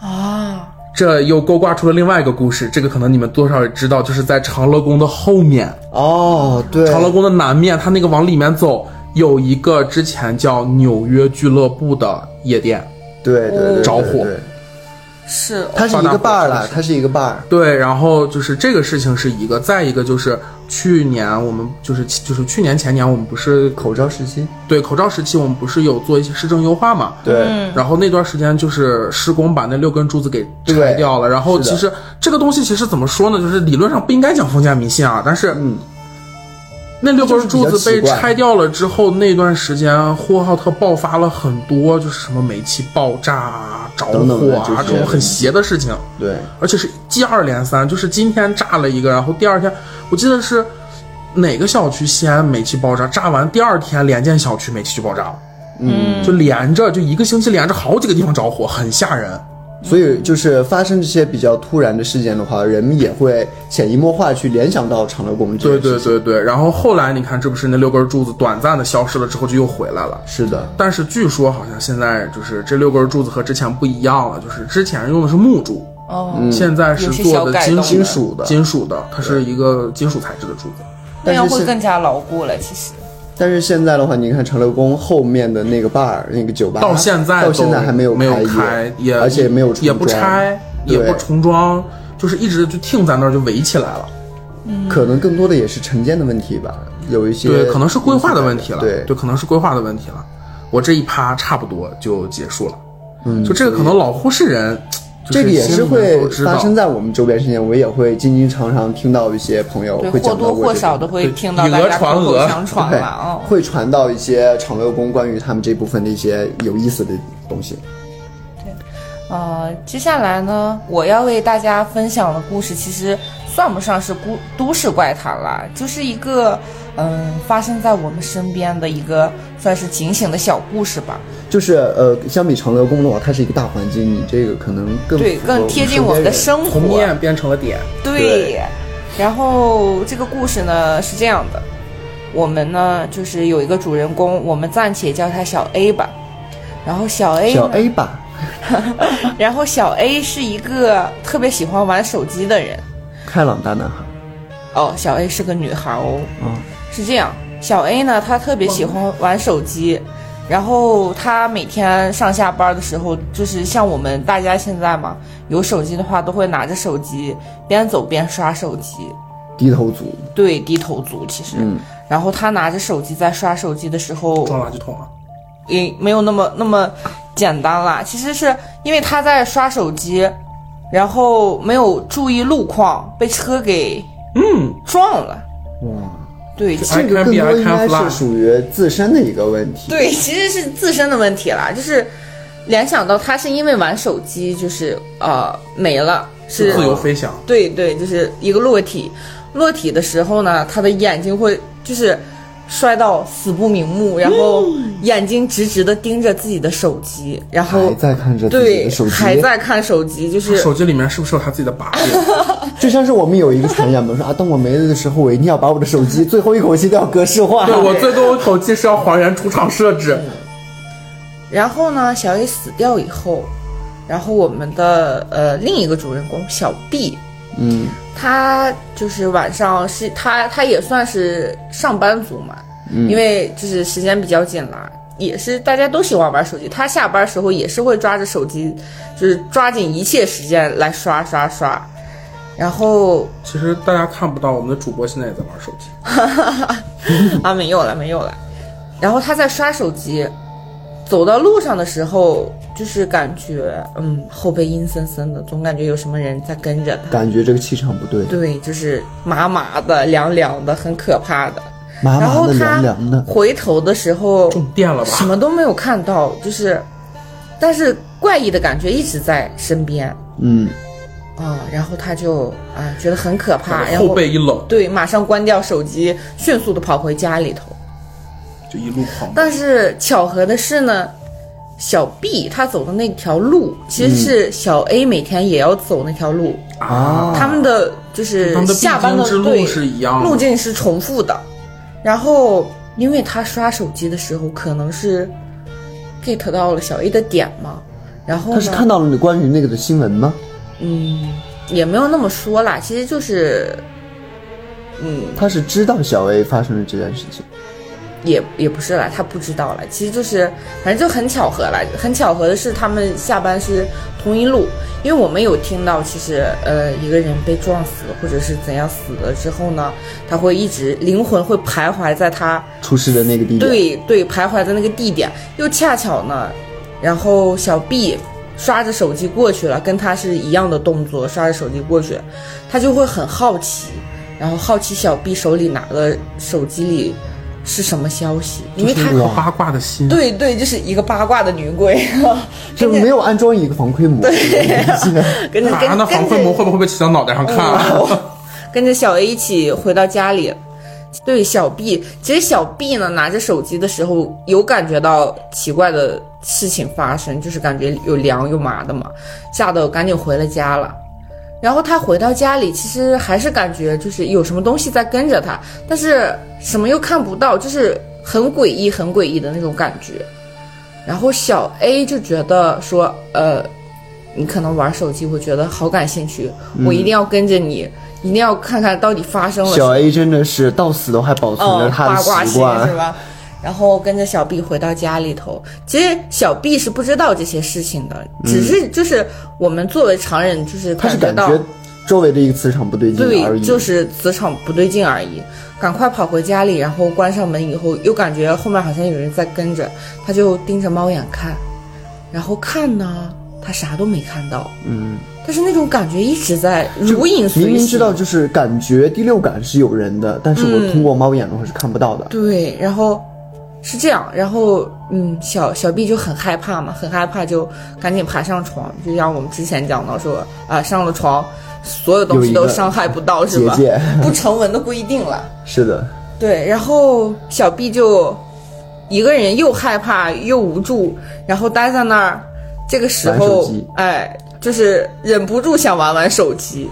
Speaker 3: 啊，
Speaker 2: 这又勾挂出了另外一个故事，这个可能你们多少也知道，就是在长乐宫的后面，
Speaker 1: 哦，对，
Speaker 2: 长乐宫的南面，它那个往里面走有一个之前叫纽约俱乐部的夜店，
Speaker 1: 对对对对，
Speaker 2: 着火
Speaker 1: 对对
Speaker 3: 是
Speaker 1: 它是一个
Speaker 2: 发
Speaker 1: bar
Speaker 2: 大火
Speaker 1: 啦，它是一个 bar，
Speaker 2: 对，然后就是这个事情是一个，再一个就是去年我们就是就是去年前年我们不是
Speaker 1: 口罩时期，
Speaker 2: 对口罩时期我们不是有做一些市政优化嘛，
Speaker 1: 对，
Speaker 2: 然后那段时间就是施工把那六根柱子给拆掉了，然后
Speaker 1: 是的
Speaker 2: 其实这个东西其实怎么说呢，就是理论上不应该讲封建迷信啊，但是
Speaker 1: 嗯，
Speaker 2: 那六根柱
Speaker 1: 就是
Speaker 2: 子
Speaker 1: 比较奇
Speaker 2: 被
Speaker 1: 怪
Speaker 2: 拆掉了之后，那段时间呼和浩特爆发了很多就是什么煤气爆炸啊、着
Speaker 1: 等等
Speaker 2: 火
Speaker 1: 的
Speaker 2: 啊
Speaker 1: 这些
Speaker 2: 这种很邪的事情。
Speaker 1: 对，
Speaker 2: 而且是接二连三，就是今天炸了一个，然后第二天，我记得是哪个小区西安煤气爆炸，炸完第二天连建小区煤气就爆炸了，
Speaker 3: 嗯，
Speaker 2: 就连着就一个星期连着好几个地方着火，很吓人。
Speaker 1: 所以就是发生这些比较突然的事件的话，人们也会潜移默化去联想到长乐宫这
Speaker 2: 对
Speaker 1: 件
Speaker 2: 对
Speaker 1: 事情，
Speaker 2: 对对，然后后来你看，这不是那六根柱子短暂的消失了之后就又回来了。
Speaker 1: 是的，
Speaker 2: 但是据说好像现在就是这六根柱子和之前不一样了，就是之前用的是木柱，
Speaker 3: 哦，
Speaker 2: 现在是
Speaker 3: 有些
Speaker 2: 做
Speaker 3: 小
Speaker 2: 的
Speaker 3: 改
Speaker 2: 金
Speaker 3: 动
Speaker 1: 金属的
Speaker 2: 金属的，它是一个金属材质的柱子。
Speaker 3: 那样
Speaker 1: 但是
Speaker 3: 会
Speaker 1: 是
Speaker 3: 更加牢固了。其实，
Speaker 1: 但是现在的话，你看长乐宫后面的那个 bar 那个酒吧，
Speaker 2: 到现在
Speaker 1: 到现在
Speaker 2: 都
Speaker 1: 还没
Speaker 2: 有
Speaker 1: 有
Speaker 2: 没
Speaker 1: 开业
Speaker 2: 开，也
Speaker 1: 而且没有
Speaker 2: 也不
Speaker 1: 重装，
Speaker 2: 拆，也
Speaker 1: 对
Speaker 2: 不重装，就是一直就停在那儿就围起来了。
Speaker 3: 嗯
Speaker 1: 可能更多的也是承建的问题吧，有一些
Speaker 2: 对，可能是规划的问题了。
Speaker 1: 对，
Speaker 2: 可能是规划的问题了。我这一趴差不多就结束了。
Speaker 1: 嗯，
Speaker 2: 就这个可能老呼市人，就
Speaker 1: 这个也
Speaker 2: 心
Speaker 1: 是
Speaker 2: 里面
Speaker 1: 会
Speaker 2: 都知道
Speaker 1: 发生在我们周边事情，我也会经经常常听到一些朋友
Speaker 3: 对
Speaker 1: 哦会
Speaker 3: 或
Speaker 1: 讲到
Speaker 3: 多
Speaker 1: 过
Speaker 3: 或
Speaker 1: 这
Speaker 3: 少
Speaker 1: 种
Speaker 3: 的会
Speaker 2: 对
Speaker 3: 听到
Speaker 2: 以
Speaker 3: 大
Speaker 2: 讹
Speaker 3: 家
Speaker 2: 传
Speaker 3: 口口
Speaker 2: 讹
Speaker 3: 相传
Speaker 1: 对
Speaker 3: 了啊。哦
Speaker 1: 会传到一些长乐宫关于他们这部分的一些有意思的东西。
Speaker 3: 呃，接下来呢，我要为大家分享的故事，其实算不上是孤都市怪谈啦，就是一个嗯发生在我们身边的一个算是警醒的小故事吧。
Speaker 1: 就是呃，相比长乐宫的话，它是一个大环境，你这个可能更
Speaker 3: 对，
Speaker 1: 符合
Speaker 3: 更贴近我们的
Speaker 1: 身边
Speaker 3: 生活。
Speaker 2: 从面变成了点。
Speaker 1: 对
Speaker 3: 然后这个故事呢是这样的，我们呢就是有一个主人公，我们暂且叫他小 A 吧。然后小 A
Speaker 1: 人小
Speaker 3: 呢
Speaker 1: A 吧，
Speaker 3: 然后小 A 是一个特别喜欢玩手机的人。
Speaker 1: 开朗大男孩
Speaker 3: 哦，小 A 是个女孩哦。
Speaker 1: 啊，
Speaker 3: 是这样，小 A 呢，她特别喜欢玩手机，然后她每天上下班的时候，就是像我们大家现在嘛，有手机的话都会拿着手机边走边刷手机，
Speaker 1: 低头族，
Speaker 3: 对，低头族其实。
Speaker 1: 嗯，
Speaker 3: 然后她拿着手机在刷手机的时候，
Speaker 2: 装垃圾桶了。
Speaker 3: 也没有那么那么简单啦。其实是因为他在刷手机，然后没有注意路况，被车给
Speaker 2: 嗯，哎
Speaker 3: 撞了。
Speaker 1: 哇，
Speaker 3: 对，其
Speaker 1: 这个更
Speaker 2: I can be,
Speaker 1: 多
Speaker 2: I
Speaker 1: 应该是
Speaker 2: can fly
Speaker 1: 属于自身的一个问题。
Speaker 3: 对，其实是自身的问题啦，就是联想到他是因为玩手机，就是呃没了，是
Speaker 2: 自由飞翔。
Speaker 3: 对对，就是一个落体，落体的时候呢，他的眼睛会就是摔到死不瞑目，然后
Speaker 2: 嗯
Speaker 3: 眼睛直直的盯着自己的手机，然后
Speaker 1: 还在看着自己
Speaker 3: 对
Speaker 1: 的手机，
Speaker 3: 还在看手机，就是
Speaker 2: 手机里面是不是有他自己的把 柄？
Speaker 1: 就像是我们有一个传言嘛，说啊，当我没了的时候，我一定要把我的手 机最后一口气都要格式化。
Speaker 2: 对我最多一口气是要还原出厂设置。
Speaker 3: 然后呢，小 A 死掉以后，然后我们的呃另一个主人公小 B，
Speaker 1: 嗯，
Speaker 3: 他就是晚上是他他也算是上班族嘛，
Speaker 1: 嗯
Speaker 3: 因为就是时间比较紧啦，也是大家都喜欢玩手机。他下班时候也是会抓着手机，就是抓紧一切时间来刷刷刷。然后
Speaker 2: 其实大家看不到，我们的主播现在也在玩手机。
Speaker 3: 啊，没有了，没有了。然后他在刷手机，走到路上的时候，就是感觉嗯后背阴森森的，总感觉有什么人在跟着他。
Speaker 1: 感觉这个气场不对，
Speaker 3: 对，就是麻麻的、凉凉的，很可怕的。
Speaker 1: 麻
Speaker 3: 然
Speaker 1: 麻
Speaker 3: 后
Speaker 1: 的、
Speaker 3: 他
Speaker 1: 凉凉的。
Speaker 3: 回头的时候
Speaker 2: 中电了吧？
Speaker 3: 什么都没有看到，就是，但是怪异的感觉一直在身边啊、
Speaker 1: 嗯，
Speaker 3: 然后他就啊、觉得很可怕，然
Speaker 2: 后
Speaker 3: 后
Speaker 2: 背一冷，
Speaker 3: 对，马上关掉手机，迅速的跑回家里头。
Speaker 2: 就一路狂奔。
Speaker 3: 但是巧合的是呢，小 B 他走的那条路其实
Speaker 2: 嗯
Speaker 3: 是小 A 每天也要走那条路，
Speaker 1: 啊
Speaker 3: 他们的就是
Speaker 2: 他们的必
Speaker 3: 下班
Speaker 2: 经
Speaker 3: 的
Speaker 2: 之
Speaker 3: 对
Speaker 2: 路是一样的，
Speaker 3: 路径是重复的。然后，因为他刷手机的时候，可能是 get 到了小 A 的点嘛，然后
Speaker 1: 他
Speaker 3: 呢，
Speaker 1: 是看到了关于那个的新闻吗？
Speaker 3: 嗯，也没有那么说啦，其实就是，嗯，
Speaker 1: 他是知道小 A 发生了这件事情，
Speaker 3: 也也不是啦，他不知道啦，其实就是，反正就很巧合啦。很巧合的是，他们下班是同一路，因为我们有听到，其实呃，一个人被撞死或者是怎样死了之后呢，他会一直灵魂会徘徊在他
Speaker 1: 出事的那个地点，
Speaker 3: 对对徘徊在那个地点，又恰巧呢，然后小 B 刷着手机过去了，跟他是一样的动作，刷着手机过去，他就会很好奇，然后好奇小 B 手里拿的手机里是什么消息，因为
Speaker 2: 就是
Speaker 3: 他
Speaker 2: 一。个八卦的心，
Speaker 3: 对对，就是一个八卦的女鬼，
Speaker 1: 就没有安装一个防窥膜。现在
Speaker 3: 跟着跟
Speaker 2: 啊，那防窥膜
Speaker 3: 跟着哎
Speaker 2: 会不会被骑到脑袋上看啊？
Speaker 3: 跟着小 A 一起回到家里。对小 B，其实小 B 呢拿着手机的时候，有感觉到奇怪的事情发生，就是感觉有凉有麻的嘛，吓得我赶紧回了家了。然后他回到家里，其实还是感觉就是有什么东西在跟着他，但是什么又看不到，就是很诡异、很诡异的那种感觉。然后小 A 就觉得说，呃，你可能玩手机会觉得好感兴趣，我一定要跟着你，一定要看看到底发生了什么。
Speaker 1: 小 A 真的是到死都还保存
Speaker 3: 哦，
Speaker 1: 着他的
Speaker 3: 八卦
Speaker 1: 习
Speaker 3: 心
Speaker 1: 惯
Speaker 3: 是，吧？然后跟着小 B 回到家里头，其实小 B 是不知道这些事情的，只是就是我们作为常人，就是
Speaker 1: 他是
Speaker 3: 感
Speaker 1: 感
Speaker 3: 到
Speaker 1: 觉周围的一个磁场不对劲而
Speaker 3: 对，
Speaker 1: 已。
Speaker 3: 就是磁场不对劲而已。赶快跑回家里，然后关上门以后，又感觉后面好像有人在跟着，他就盯着猫眼看，然后看呢，他啥都没看到，
Speaker 1: 嗯，
Speaker 3: 但是那种感觉一直在如影随形。嗯
Speaker 1: 明明知道就是感觉第六感是有人的，但是我通过猫眼的话是看不到的。
Speaker 3: 对，然后是这样，然后嗯，小小 B 就很害怕嘛，很害怕就赶紧爬上床，就像我们之前讲到说啊、上了床所有东
Speaker 1: 有
Speaker 3: 西
Speaker 1: 一
Speaker 3: 都
Speaker 1: 个
Speaker 3: 伤害不到是
Speaker 1: 结
Speaker 3: 吧？
Speaker 1: 界
Speaker 3: 不成文的规定了。
Speaker 1: 是的，
Speaker 3: 对，然后小 B 就一个人又害怕又无助，然后待在那儿。这个时
Speaker 1: 玩手
Speaker 3: 候
Speaker 1: 机，
Speaker 3: 哎，就是忍不住想玩玩手机，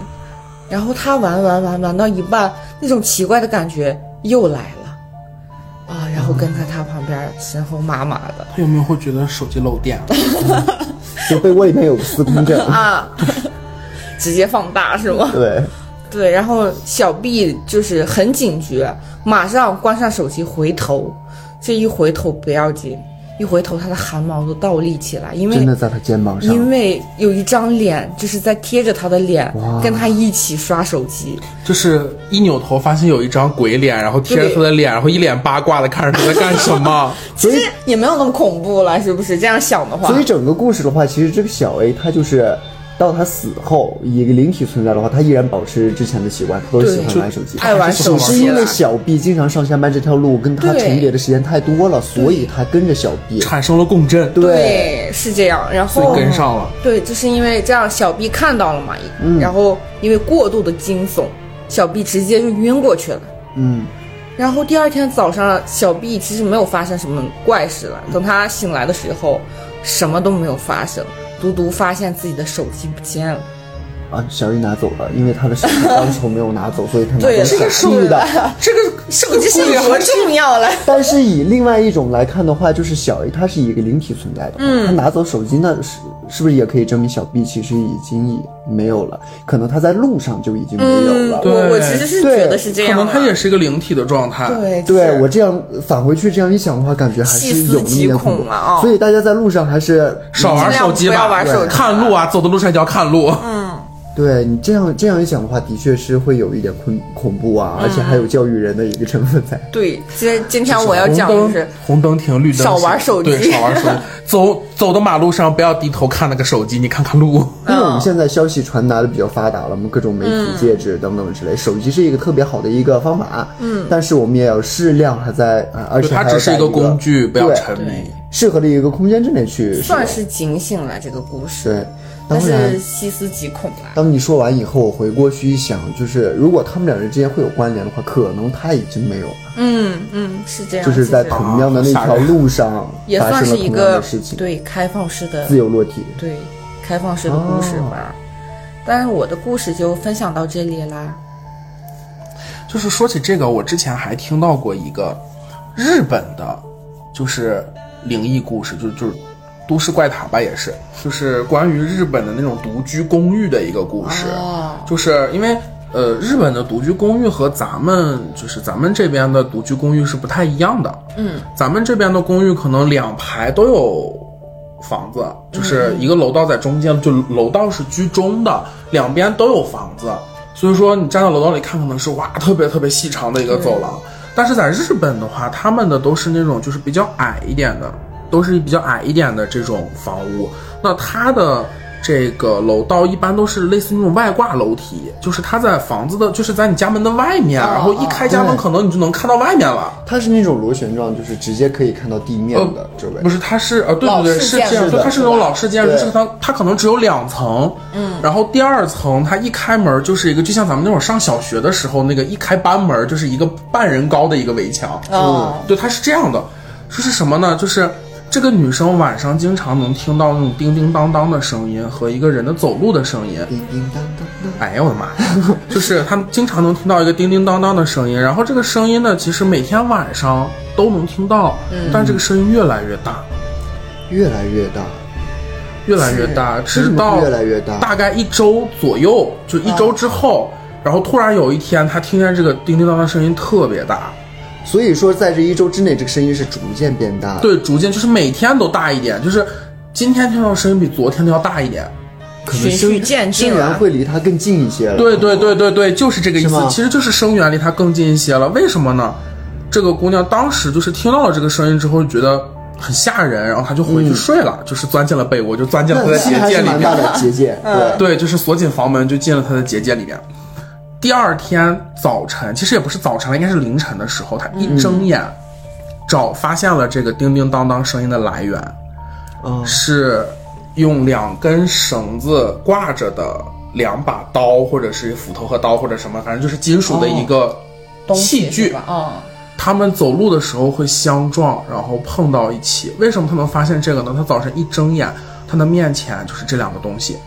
Speaker 3: 然后他玩玩玩玩到一半，那种奇怪的感觉又来了，啊，然后跟在他旁边身后麻麻的，
Speaker 2: 他有没有会觉得手机漏电？啊
Speaker 1: 就被窝里面有个司 空震。
Speaker 3: 啊，直接放大是吗？
Speaker 1: 对，
Speaker 3: 对，然后小 B 就是很警觉，马上关上手机回头，这一回头不要紧，一回头他的汗毛都倒立起来，因
Speaker 1: 真
Speaker 3: 为
Speaker 1: 的在他肩膀上。
Speaker 3: 因为有一张脸就是在贴着他的脸
Speaker 1: 哇，
Speaker 3: 跟他一起刷手机，
Speaker 2: 就是一扭头发现有一张鬼脸，然后贴着他的脸，然后一脸八卦的看着他在干 什么。
Speaker 3: 其实也没有那么恐怖了，是不是？这样想的话，
Speaker 1: 所以整个故事的话，其实这个小 A 他就是到他死后，以一个灵体存在的话，他依然保持之前的习惯，他都喜欢玩手机。
Speaker 3: 爱玩手
Speaker 1: 是
Speaker 3: 机
Speaker 1: 因为
Speaker 3: 了，
Speaker 1: 小 B 经常上下班这条路跟他
Speaker 3: 对
Speaker 1: 重叠的时间太多了，所以他跟着小 B。
Speaker 2: 产生了共振，
Speaker 1: 对，
Speaker 3: 对，是这样，然
Speaker 2: 所
Speaker 3: 后
Speaker 2: 以跟上了。
Speaker 3: 对，就是因为这样，小 B 看到了嘛，
Speaker 1: 嗯
Speaker 3: 然后因为过度的惊悚，小 B 直接就晕过去了。
Speaker 1: 嗯，
Speaker 3: 然后第二天早上，小 B 其实没有发生什么怪事了。等他醒来的时候，什么都没有发生，独独发现自己的手机不见了。
Speaker 1: 啊，小 A 拿走了，因为他的手机当时没有拿走，所以他拿
Speaker 3: 对
Speaker 1: 走是
Speaker 3: 是
Speaker 1: 手机的。
Speaker 2: 这个
Speaker 3: 手机是有多重要了？
Speaker 1: 但是以另外一种来看的话，就是小 A 他是以一个灵体存在的，嗯，他拿走手机那是是不是也可以证明小 B 其实已经没有了？可能他在路上就已经没有了。
Speaker 2: 对
Speaker 3: 我我其实是觉得是这
Speaker 2: 可
Speaker 3: 样的，
Speaker 2: 能他也是一个灵体的状态。
Speaker 3: 对
Speaker 1: 对我这样返回去这样一想的话，感觉还是有那么一点恐
Speaker 3: 细思极恐
Speaker 1: 怖
Speaker 3: 了啊
Speaker 1: 所以大家在路上还是嗯
Speaker 2: 少玩手机
Speaker 3: 尽
Speaker 2: 吧，
Speaker 3: 量不要玩手机嗯
Speaker 2: 看路啊，走的路上一定要看路。
Speaker 1: 对你这样这样一想的话，的确是会有一点恐恐怖啊，
Speaker 3: 嗯
Speaker 1: 而且还有教育人的一个成分在。
Speaker 3: 对。其实今天我要讲
Speaker 2: 红
Speaker 3: 就
Speaker 2: 灯
Speaker 3: 是，
Speaker 2: 红灯停，绿灯
Speaker 3: 少玩
Speaker 2: 行
Speaker 3: 手机
Speaker 2: 对，少玩手机。走走的马路上不要低头看那个手机，你看看路。
Speaker 1: 因为我们
Speaker 3: 嗯
Speaker 1: 现在消息传达的比较发达了，我们各种媒体、介质等等之类，手机是一个特别好的一个方法。嗯，但是我们也要适量还在，呃而
Speaker 2: 就
Speaker 1: 且
Speaker 2: 它
Speaker 1: 还要
Speaker 2: 只是
Speaker 1: 在
Speaker 2: 一
Speaker 1: 一
Speaker 2: 个工具，不要
Speaker 1: 对
Speaker 2: 沉迷。
Speaker 1: 适合的一个空间之内去使
Speaker 3: 算
Speaker 1: 用。
Speaker 3: 是警醒了这个故事
Speaker 1: 对，，当
Speaker 3: 但
Speaker 1: 然
Speaker 3: 是细思极恐了。
Speaker 1: 当你说完以后，我回过去一想，就是如果他们两人之间会有关联的话，可能他已经没有了，
Speaker 3: 嗯嗯，是这样，
Speaker 1: 就是在
Speaker 3: 这样
Speaker 1: 同样的那条路上
Speaker 3: 也
Speaker 1: 发
Speaker 3: 算
Speaker 1: 生
Speaker 3: 是
Speaker 1: 了
Speaker 3: 一
Speaker 1: 同样
Speaker 3: 个
Speaker 1: 的事情，
Speaker 3: 对开放式的
Speaker 1: 自由落体。
Speaker 3: 对，开放式的故事
Speaker 2: 哦
Speaker 3: 吧。但是我的故事就分享到这里啦。
Speaker 2: 就是说起这个，我之前还听到过一个日本的，就是灵异故事，就是就是都市怪谈》吧，也是，就是关于日本的那种独居公寓的一个故事。
Speaker 3: 哦，
Speaker 2: 就是因为呃，日本的独居公寓和咱们就是咱们这边的独居公寓是不太一样的。
Speaker 3: 嗯，
Speaker 2: 咱们这边的公寓可能两排都有房子，就是一个楼道在中间，就楼道是居中的，两边都有房子。所以说你站在楼道里看，可能是哇特别特别细长的一个走廊。但是在日本的话，他们的都是那种就是比较矮一点的，都是比较矮一点的这种房屋。那它的这个楼道一般都是类似于那种外挂楼梯，就是它在房子的，就是在你家门的外面，
Speaker 3: 哦
Speaker 2: 然后一开家门，
Speaker 1: 对
Speaker 2: 可能你就能看到外面了。
Speaker 1: 它是那种螺旋状，就是直接可以看到地面哦的周围
Speaker 2: 不。是，它是呃，对
Speaker 3: 老
Speaker 2: 对对，
Speaker 3: 式
Speaker 2: 是
Speaker 3: 建
Speaker 2: 这样，
Speaker 1: 筑
Speaker 2: 对，
Speaker 1: 的
Speaker 2: 它是那种老式建筑，
Speaker 1: 对
Speaker 2: 就是它它可能只有两层，嗯，然后第二层它一开门就是一个，就像咱们那种上小学的时候那个一开班门就是一个半人高的一个围墙，
Speaker 3: 哦，
Speaker 2: 对，它是这样的，就是什么呢？就是这个女生晚上经常能听到那种叮叮当当的声音和一个人的走路的声音，
Speaker 1: 叮叮当当当，
Speaker 2: 哎呀，我的妈！就是他们经常能听到一个叮叮当当的声音，然后这个声音呢，其实每天晚上都能听到，但这个声音越来越大，
Speaker 1: 越来越大，
Speaker 2: 越来越大，
Speaker 1: 是
Speaker 2: 直到
Speaker 1: 为什么会越来越大啊
Speaker 2: 大概一周左右，就一周之后，然后突然有一天，他听见这个叮叮当当声音特别大，
Speaker 1: 所以说在这一周之内，这个声音是逐渐变大的。
Speaker 2: 对，逐渐就是每天都大一点，就是今天听到的声音比昨天的要大一点。
Speaker 1: 可能
Speaker 3: 循序
Speaker 1: 声
Speaker 3: 渐进啊
Speaker 1: 声源
Speaker 3: 了
Speaker 1: 会离它更近一些了。
Speaker 2: 对对对对对，就是这个意
Speaker 1: 是
Speaker 2: 思
Speaker 1: 吗。
Speaker 2: 其实就是声源离她更近一些了。为什么呢？这个姑娘当时就是听到了这个声音之后，觉得很吓人，然后她就回去睡了，就是钻进了被窝，就钻进了她
Speaker 1: 嗯那
Speaker 2: 的
Speaker 1: 心
Speaker 2: 结
Speaker 1: 还
Speaker 2: 界
Speaker 1: 是
Speaker 2: 里
Speaker 1: 蛮大
Speaker 2: 面。
Speaker 1: 的结界，对，
Speaker 2: 对，就是锁紧房门，就进了她的结界里面。第二天早晨，其实也不是早晨了，应该是凌晨的时候，她
Speaker 3: 嗯
Speaker 2: 一睁眼，找发现了这个叮叮当当声音的来源，
Speaker 1: 嗯，
Speaker 2: 是用两根绳子挂着的两把刀，或者是斧头和刀，或者什么，反正就是金属的一个
Speaker 3: 哦东西
Speaker 2: 器
Speaker 3: 是
Speaker 2: 具。
Speaker 3: 吧？哦，
Speaker 2: 他们走路的时候会相撞，然后碰到一起。为什么他能发现这个呢？他早晨一睁眼，他的面前就是这两个东西，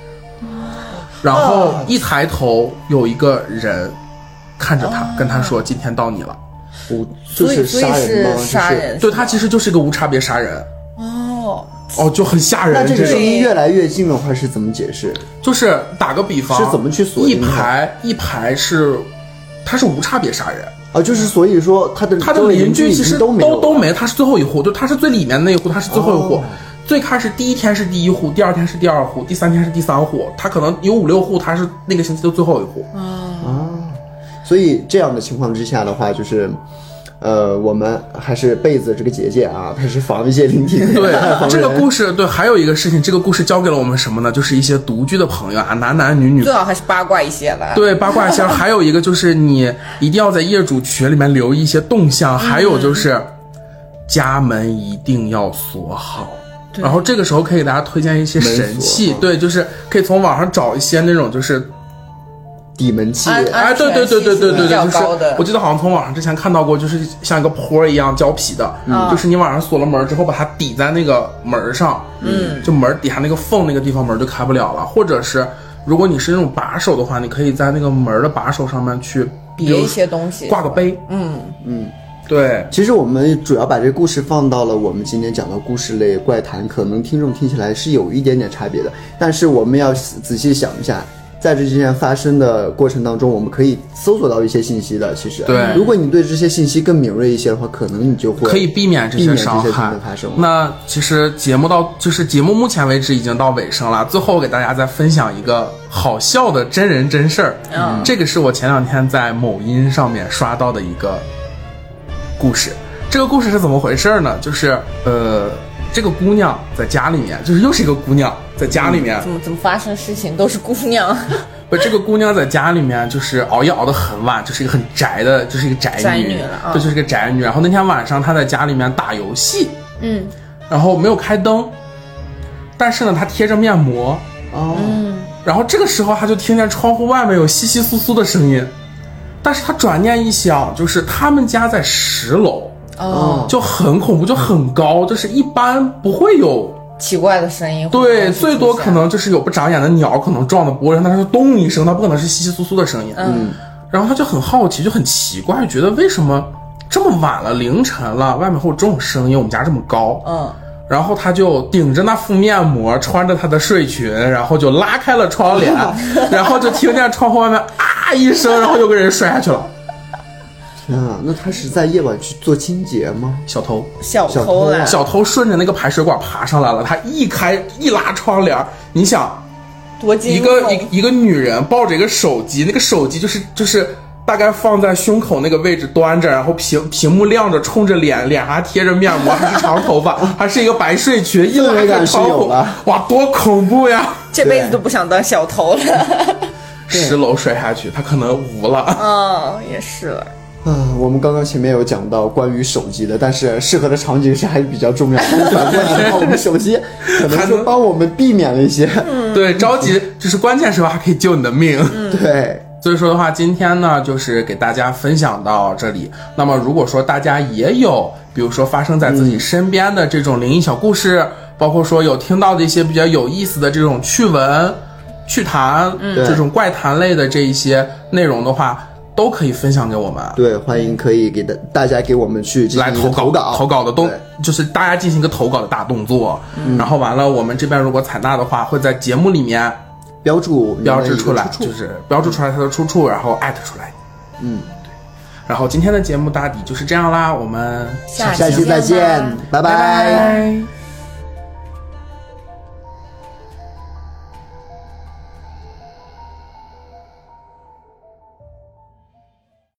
Speaker 2: 然后一抬头有一个人看着
Speaker 1: 哦
Speaker 2: 他，跟他说：“今天到你了。
Speaker 1: 我就
Speaker 3: 所以
Speaker 1: 是
Speaker 3: 所
Speaker 1: 杀
Speaker 3: 以
Speaker 1: 人吗？
Speaker 3: 是
Speaker 1: 就是
Speaker 3: 杀人，”
Speaker 2: 对他其实就是一个无差别杀人，
Speaker 3: 哦，
Speaker 2: 哦，就很吓人。
Speaker 1: 那这
Speaker 2: 这
Speaker 1: 个
Speaker 2: 种
Speaker 1: 声音越来越近的话是怎么解释？
Speaker 2: 就是打个比方，
Speaker 1: 是怎么去锁
Speaker 2: 一
Speaker 1: 定的
Speaker 2: 排一排是，它是无差别杀人，
Speaker 1: 啊，就是所以说他的
Speaker 2: 他的
Speaker 1: 周围
Speaker 2: 邻
Speaker 1: 居已
Speaker 2: 其实
Speaker 1: 经都没有
Speaker 2: 都
Speaker 1: 了
Speaker 2: 没，他是最后一户，就他是最里面那一户，他是最后一户。
Speaker 1: 哦
Speaker 2: 最开始第一天是第一户，第二天是第二户，第三天是第三户，他可能有五六户，他是那个星期的最后一
Speaker 1: 嗯
Speaker 2: 户。
Speaker 1: 啊。所以这样的情况之下的话，就是。呃，我们还是被子这个结界啊，它是防一些灵体的
Speaker 2: 对
Speaker 1: 防，
Speaker 2: 这个
Speaker 1: 人
Speaker 2: 故事对，还有一个事情，这个故事教给了我们什么呢？就是一些独居的朋友啊，男男女女
Speaker 3: 最好还是八卦一些了。
Speaker 2: 对，八卦箱，还有一个就是你一定要在业主群里面留意一些动向，还有就是家门一定要锁好。然后这个时候可以给大家推荐一些神器
Speaker 1: 门锁，
Speaker 2: 对，就是可以从网上找一些那种就是，
Speaker 1: 底门气，
Speaker 3: 安安
Speaker 2: 哎，对对对对对对
Speaker 3: 比较
Speaker 2: 对，就是
Speaker 3: 高的
Speaker 2: 我记得好像从网上之前看到过，就是像一个坡儿一样胶皮的，
Speaker 3: 嗯
Speaker 2: 就是你晚上锁了门之后，把它抵在那个门儿上，
Speaker 3: 嗯，
Speaker 2: 就门儿底下那个缝那个地方门儿就开不了了，或者是如果你是那种把手的话，你可以在那个门儿的把手上面去比
Speaker 3: 别
Speaker 2: 如
Speaker 3: 一些东西，
Speaker 2: 挂个杯，
Speaker 3: 嗯，
Speaker 2: 对，
Speaker 1: 其实我们主要把这个故事放到了我们今天讲的故事类怪谈，可能听众听起来是有一点点差别的，但是我们要仔细想一下。在这之前发生的过程当中，我们可以搜索到一些信息的。其实，
Speaker 2: 对
Speaker 1: 如果你对这些信息更敏锐一些的话，可能你就会
Speaker 2: 可以避免这
Speaker 1: 避
Speaker 2: 些
Speaker 1: 免这
Speaker 2: 伤
Speaker 1: 些
Speaker 2: 害
Speaker 1: 的发生。
Speaker 2: 那其实节目到就是节目目前为止已经到尾声了，最后给大家再分享一个好笑的真人真事儿，
Speaker 3: 嗯
Speaker 2: 这个是我前两天在某音上面刷到的一个故事。这个故事是怎么回事呢？就是呃，这个姑娘在家里面，就是又是一个姑娘在家里面，
Speaker 3: 怎么怎么发生事情都是姑娘，
Speaker 2: 不，这个姑娘在家里面就是熬夜熬得很晚，就是一个很宅的，就是一个宅女，
Speaker 3: 宅女了啊
Speaker 2: 对，就是个宅女。然后那天晚上她在家里面打游戏，
Speaker 3: 嗯
Speaker 2: 然后没有开灯，但是呢，她贴着面膜。
Speaker 1: 哦，
Speaker 3: 嗯，
Speaker 2: 然后这个时候，她就听见窗户外面有窸窸窣窣的声音，但是她转念一想，就是他们家在十楼，
Speaker 3: 哦，
Speaker 2: 就很恐怖，就很高，就是一般不会有
Speaker 3: 奇怪的声音，
Speaker 2: 对，最多可，能就是有不长眼的鸟可能撞到玻璃上，但是咚一声，它不可能是稀稀窣窣的声音。
Speaker 3: 嗯，
Speaker 2: 然后他就很好奇，就很奇怪，觉得为什么这么晚了，凌晨了，外面会有这种声音，我们家这么高。
Speaker 3: 嗯
Speaker 2: 然后他就顶着那副面膜，穿着他的睡裙，然后就拉开了 窗帘，然后就听见窗户外面啊一声，然后有个人摔下去了。
Speaker 1: 天啊，那他是在夜晚去做清洁吗？
Speaker 2: 小偷，
Speaker 3: 小
Speaker 1: 小
Speaker 3: 偷
Speaker 1: 偷
Speaker 3: 来
Speaker 1: 啊
Speaker 3: 了，
Speaker 2: 小偷顺着那个排水管爬上来了，他一开一拉窗帘，你想
Speaker 3: 多
Speaker 1: 哎
Speaker 3: 惊
Speaker 2: 一个
Speaker 3: 悚
Speaker 2: 一个一个女人抱着一个手机，那个手机就是就是大概放在胸口那个位置端着，然后屏屏幕亮着，冲着脸，脸还贴着面膜，还是长 头发，还是一个白睡裙，一拉
Speaker 1: 氛围
Speaker 2: 开
Speaker 1: 感是
Speaker 2: 窗
Speaker 1: 有
Speaker 2: 户
Speaker 1: 了，
Speaker 2: 哇，多恐怖呀！
Speaker 3: 这辈子都不想当小偷了。
Speaker 2: 十楼摔下去，他可能无了。
Speaker 3: 嗯，也是了。
Speaker 1: 啊，我们刚刚前面有讲到关于手机的，但是适合的场景是还是比较重要的。反过来的话，我们手机可 能就帮我们避免了一些。
Speaker 2: 对，着急就是关键时候还可以救你的命。
Speaker 1: 对，
Speaker 2: 所以说的话，今天呢，就是给大家分享到这里。那么，如果说大家也有，比如说发生在自己身边的这种灵异小故事，包括说有听到的一些比较有意思的这种趣闻、趣谈，这种怪谈类的这一些内容的话，都可以分享给我们。
Speaker 1: 对，欢迎可以给大大家给我们去进
Speaker 2: 来
Speaker 1: 行一个
Speaker 2: 投
Speaker 1: 投稿，
Speaker 2: 投稿的动
Speaker 1: 对嗯
Speaker 2: 就是大家进行一个投稿的大动作，然后完了，我们这边如果采纳的话，会在节目里面
Speaker 1: 标注
Speaker 2: 标志出来，
Speaker 1: 出处
Speaker 2: 就是标注出来它的出处，然后艾特出来。
Speaker 1: 嗯，
Speaker 2: 然后今天的节目大抵就是这样啦，我们
Speaker 1: 下期再见，拜
Speaker 3: 吧
Speaker 2: 拜拜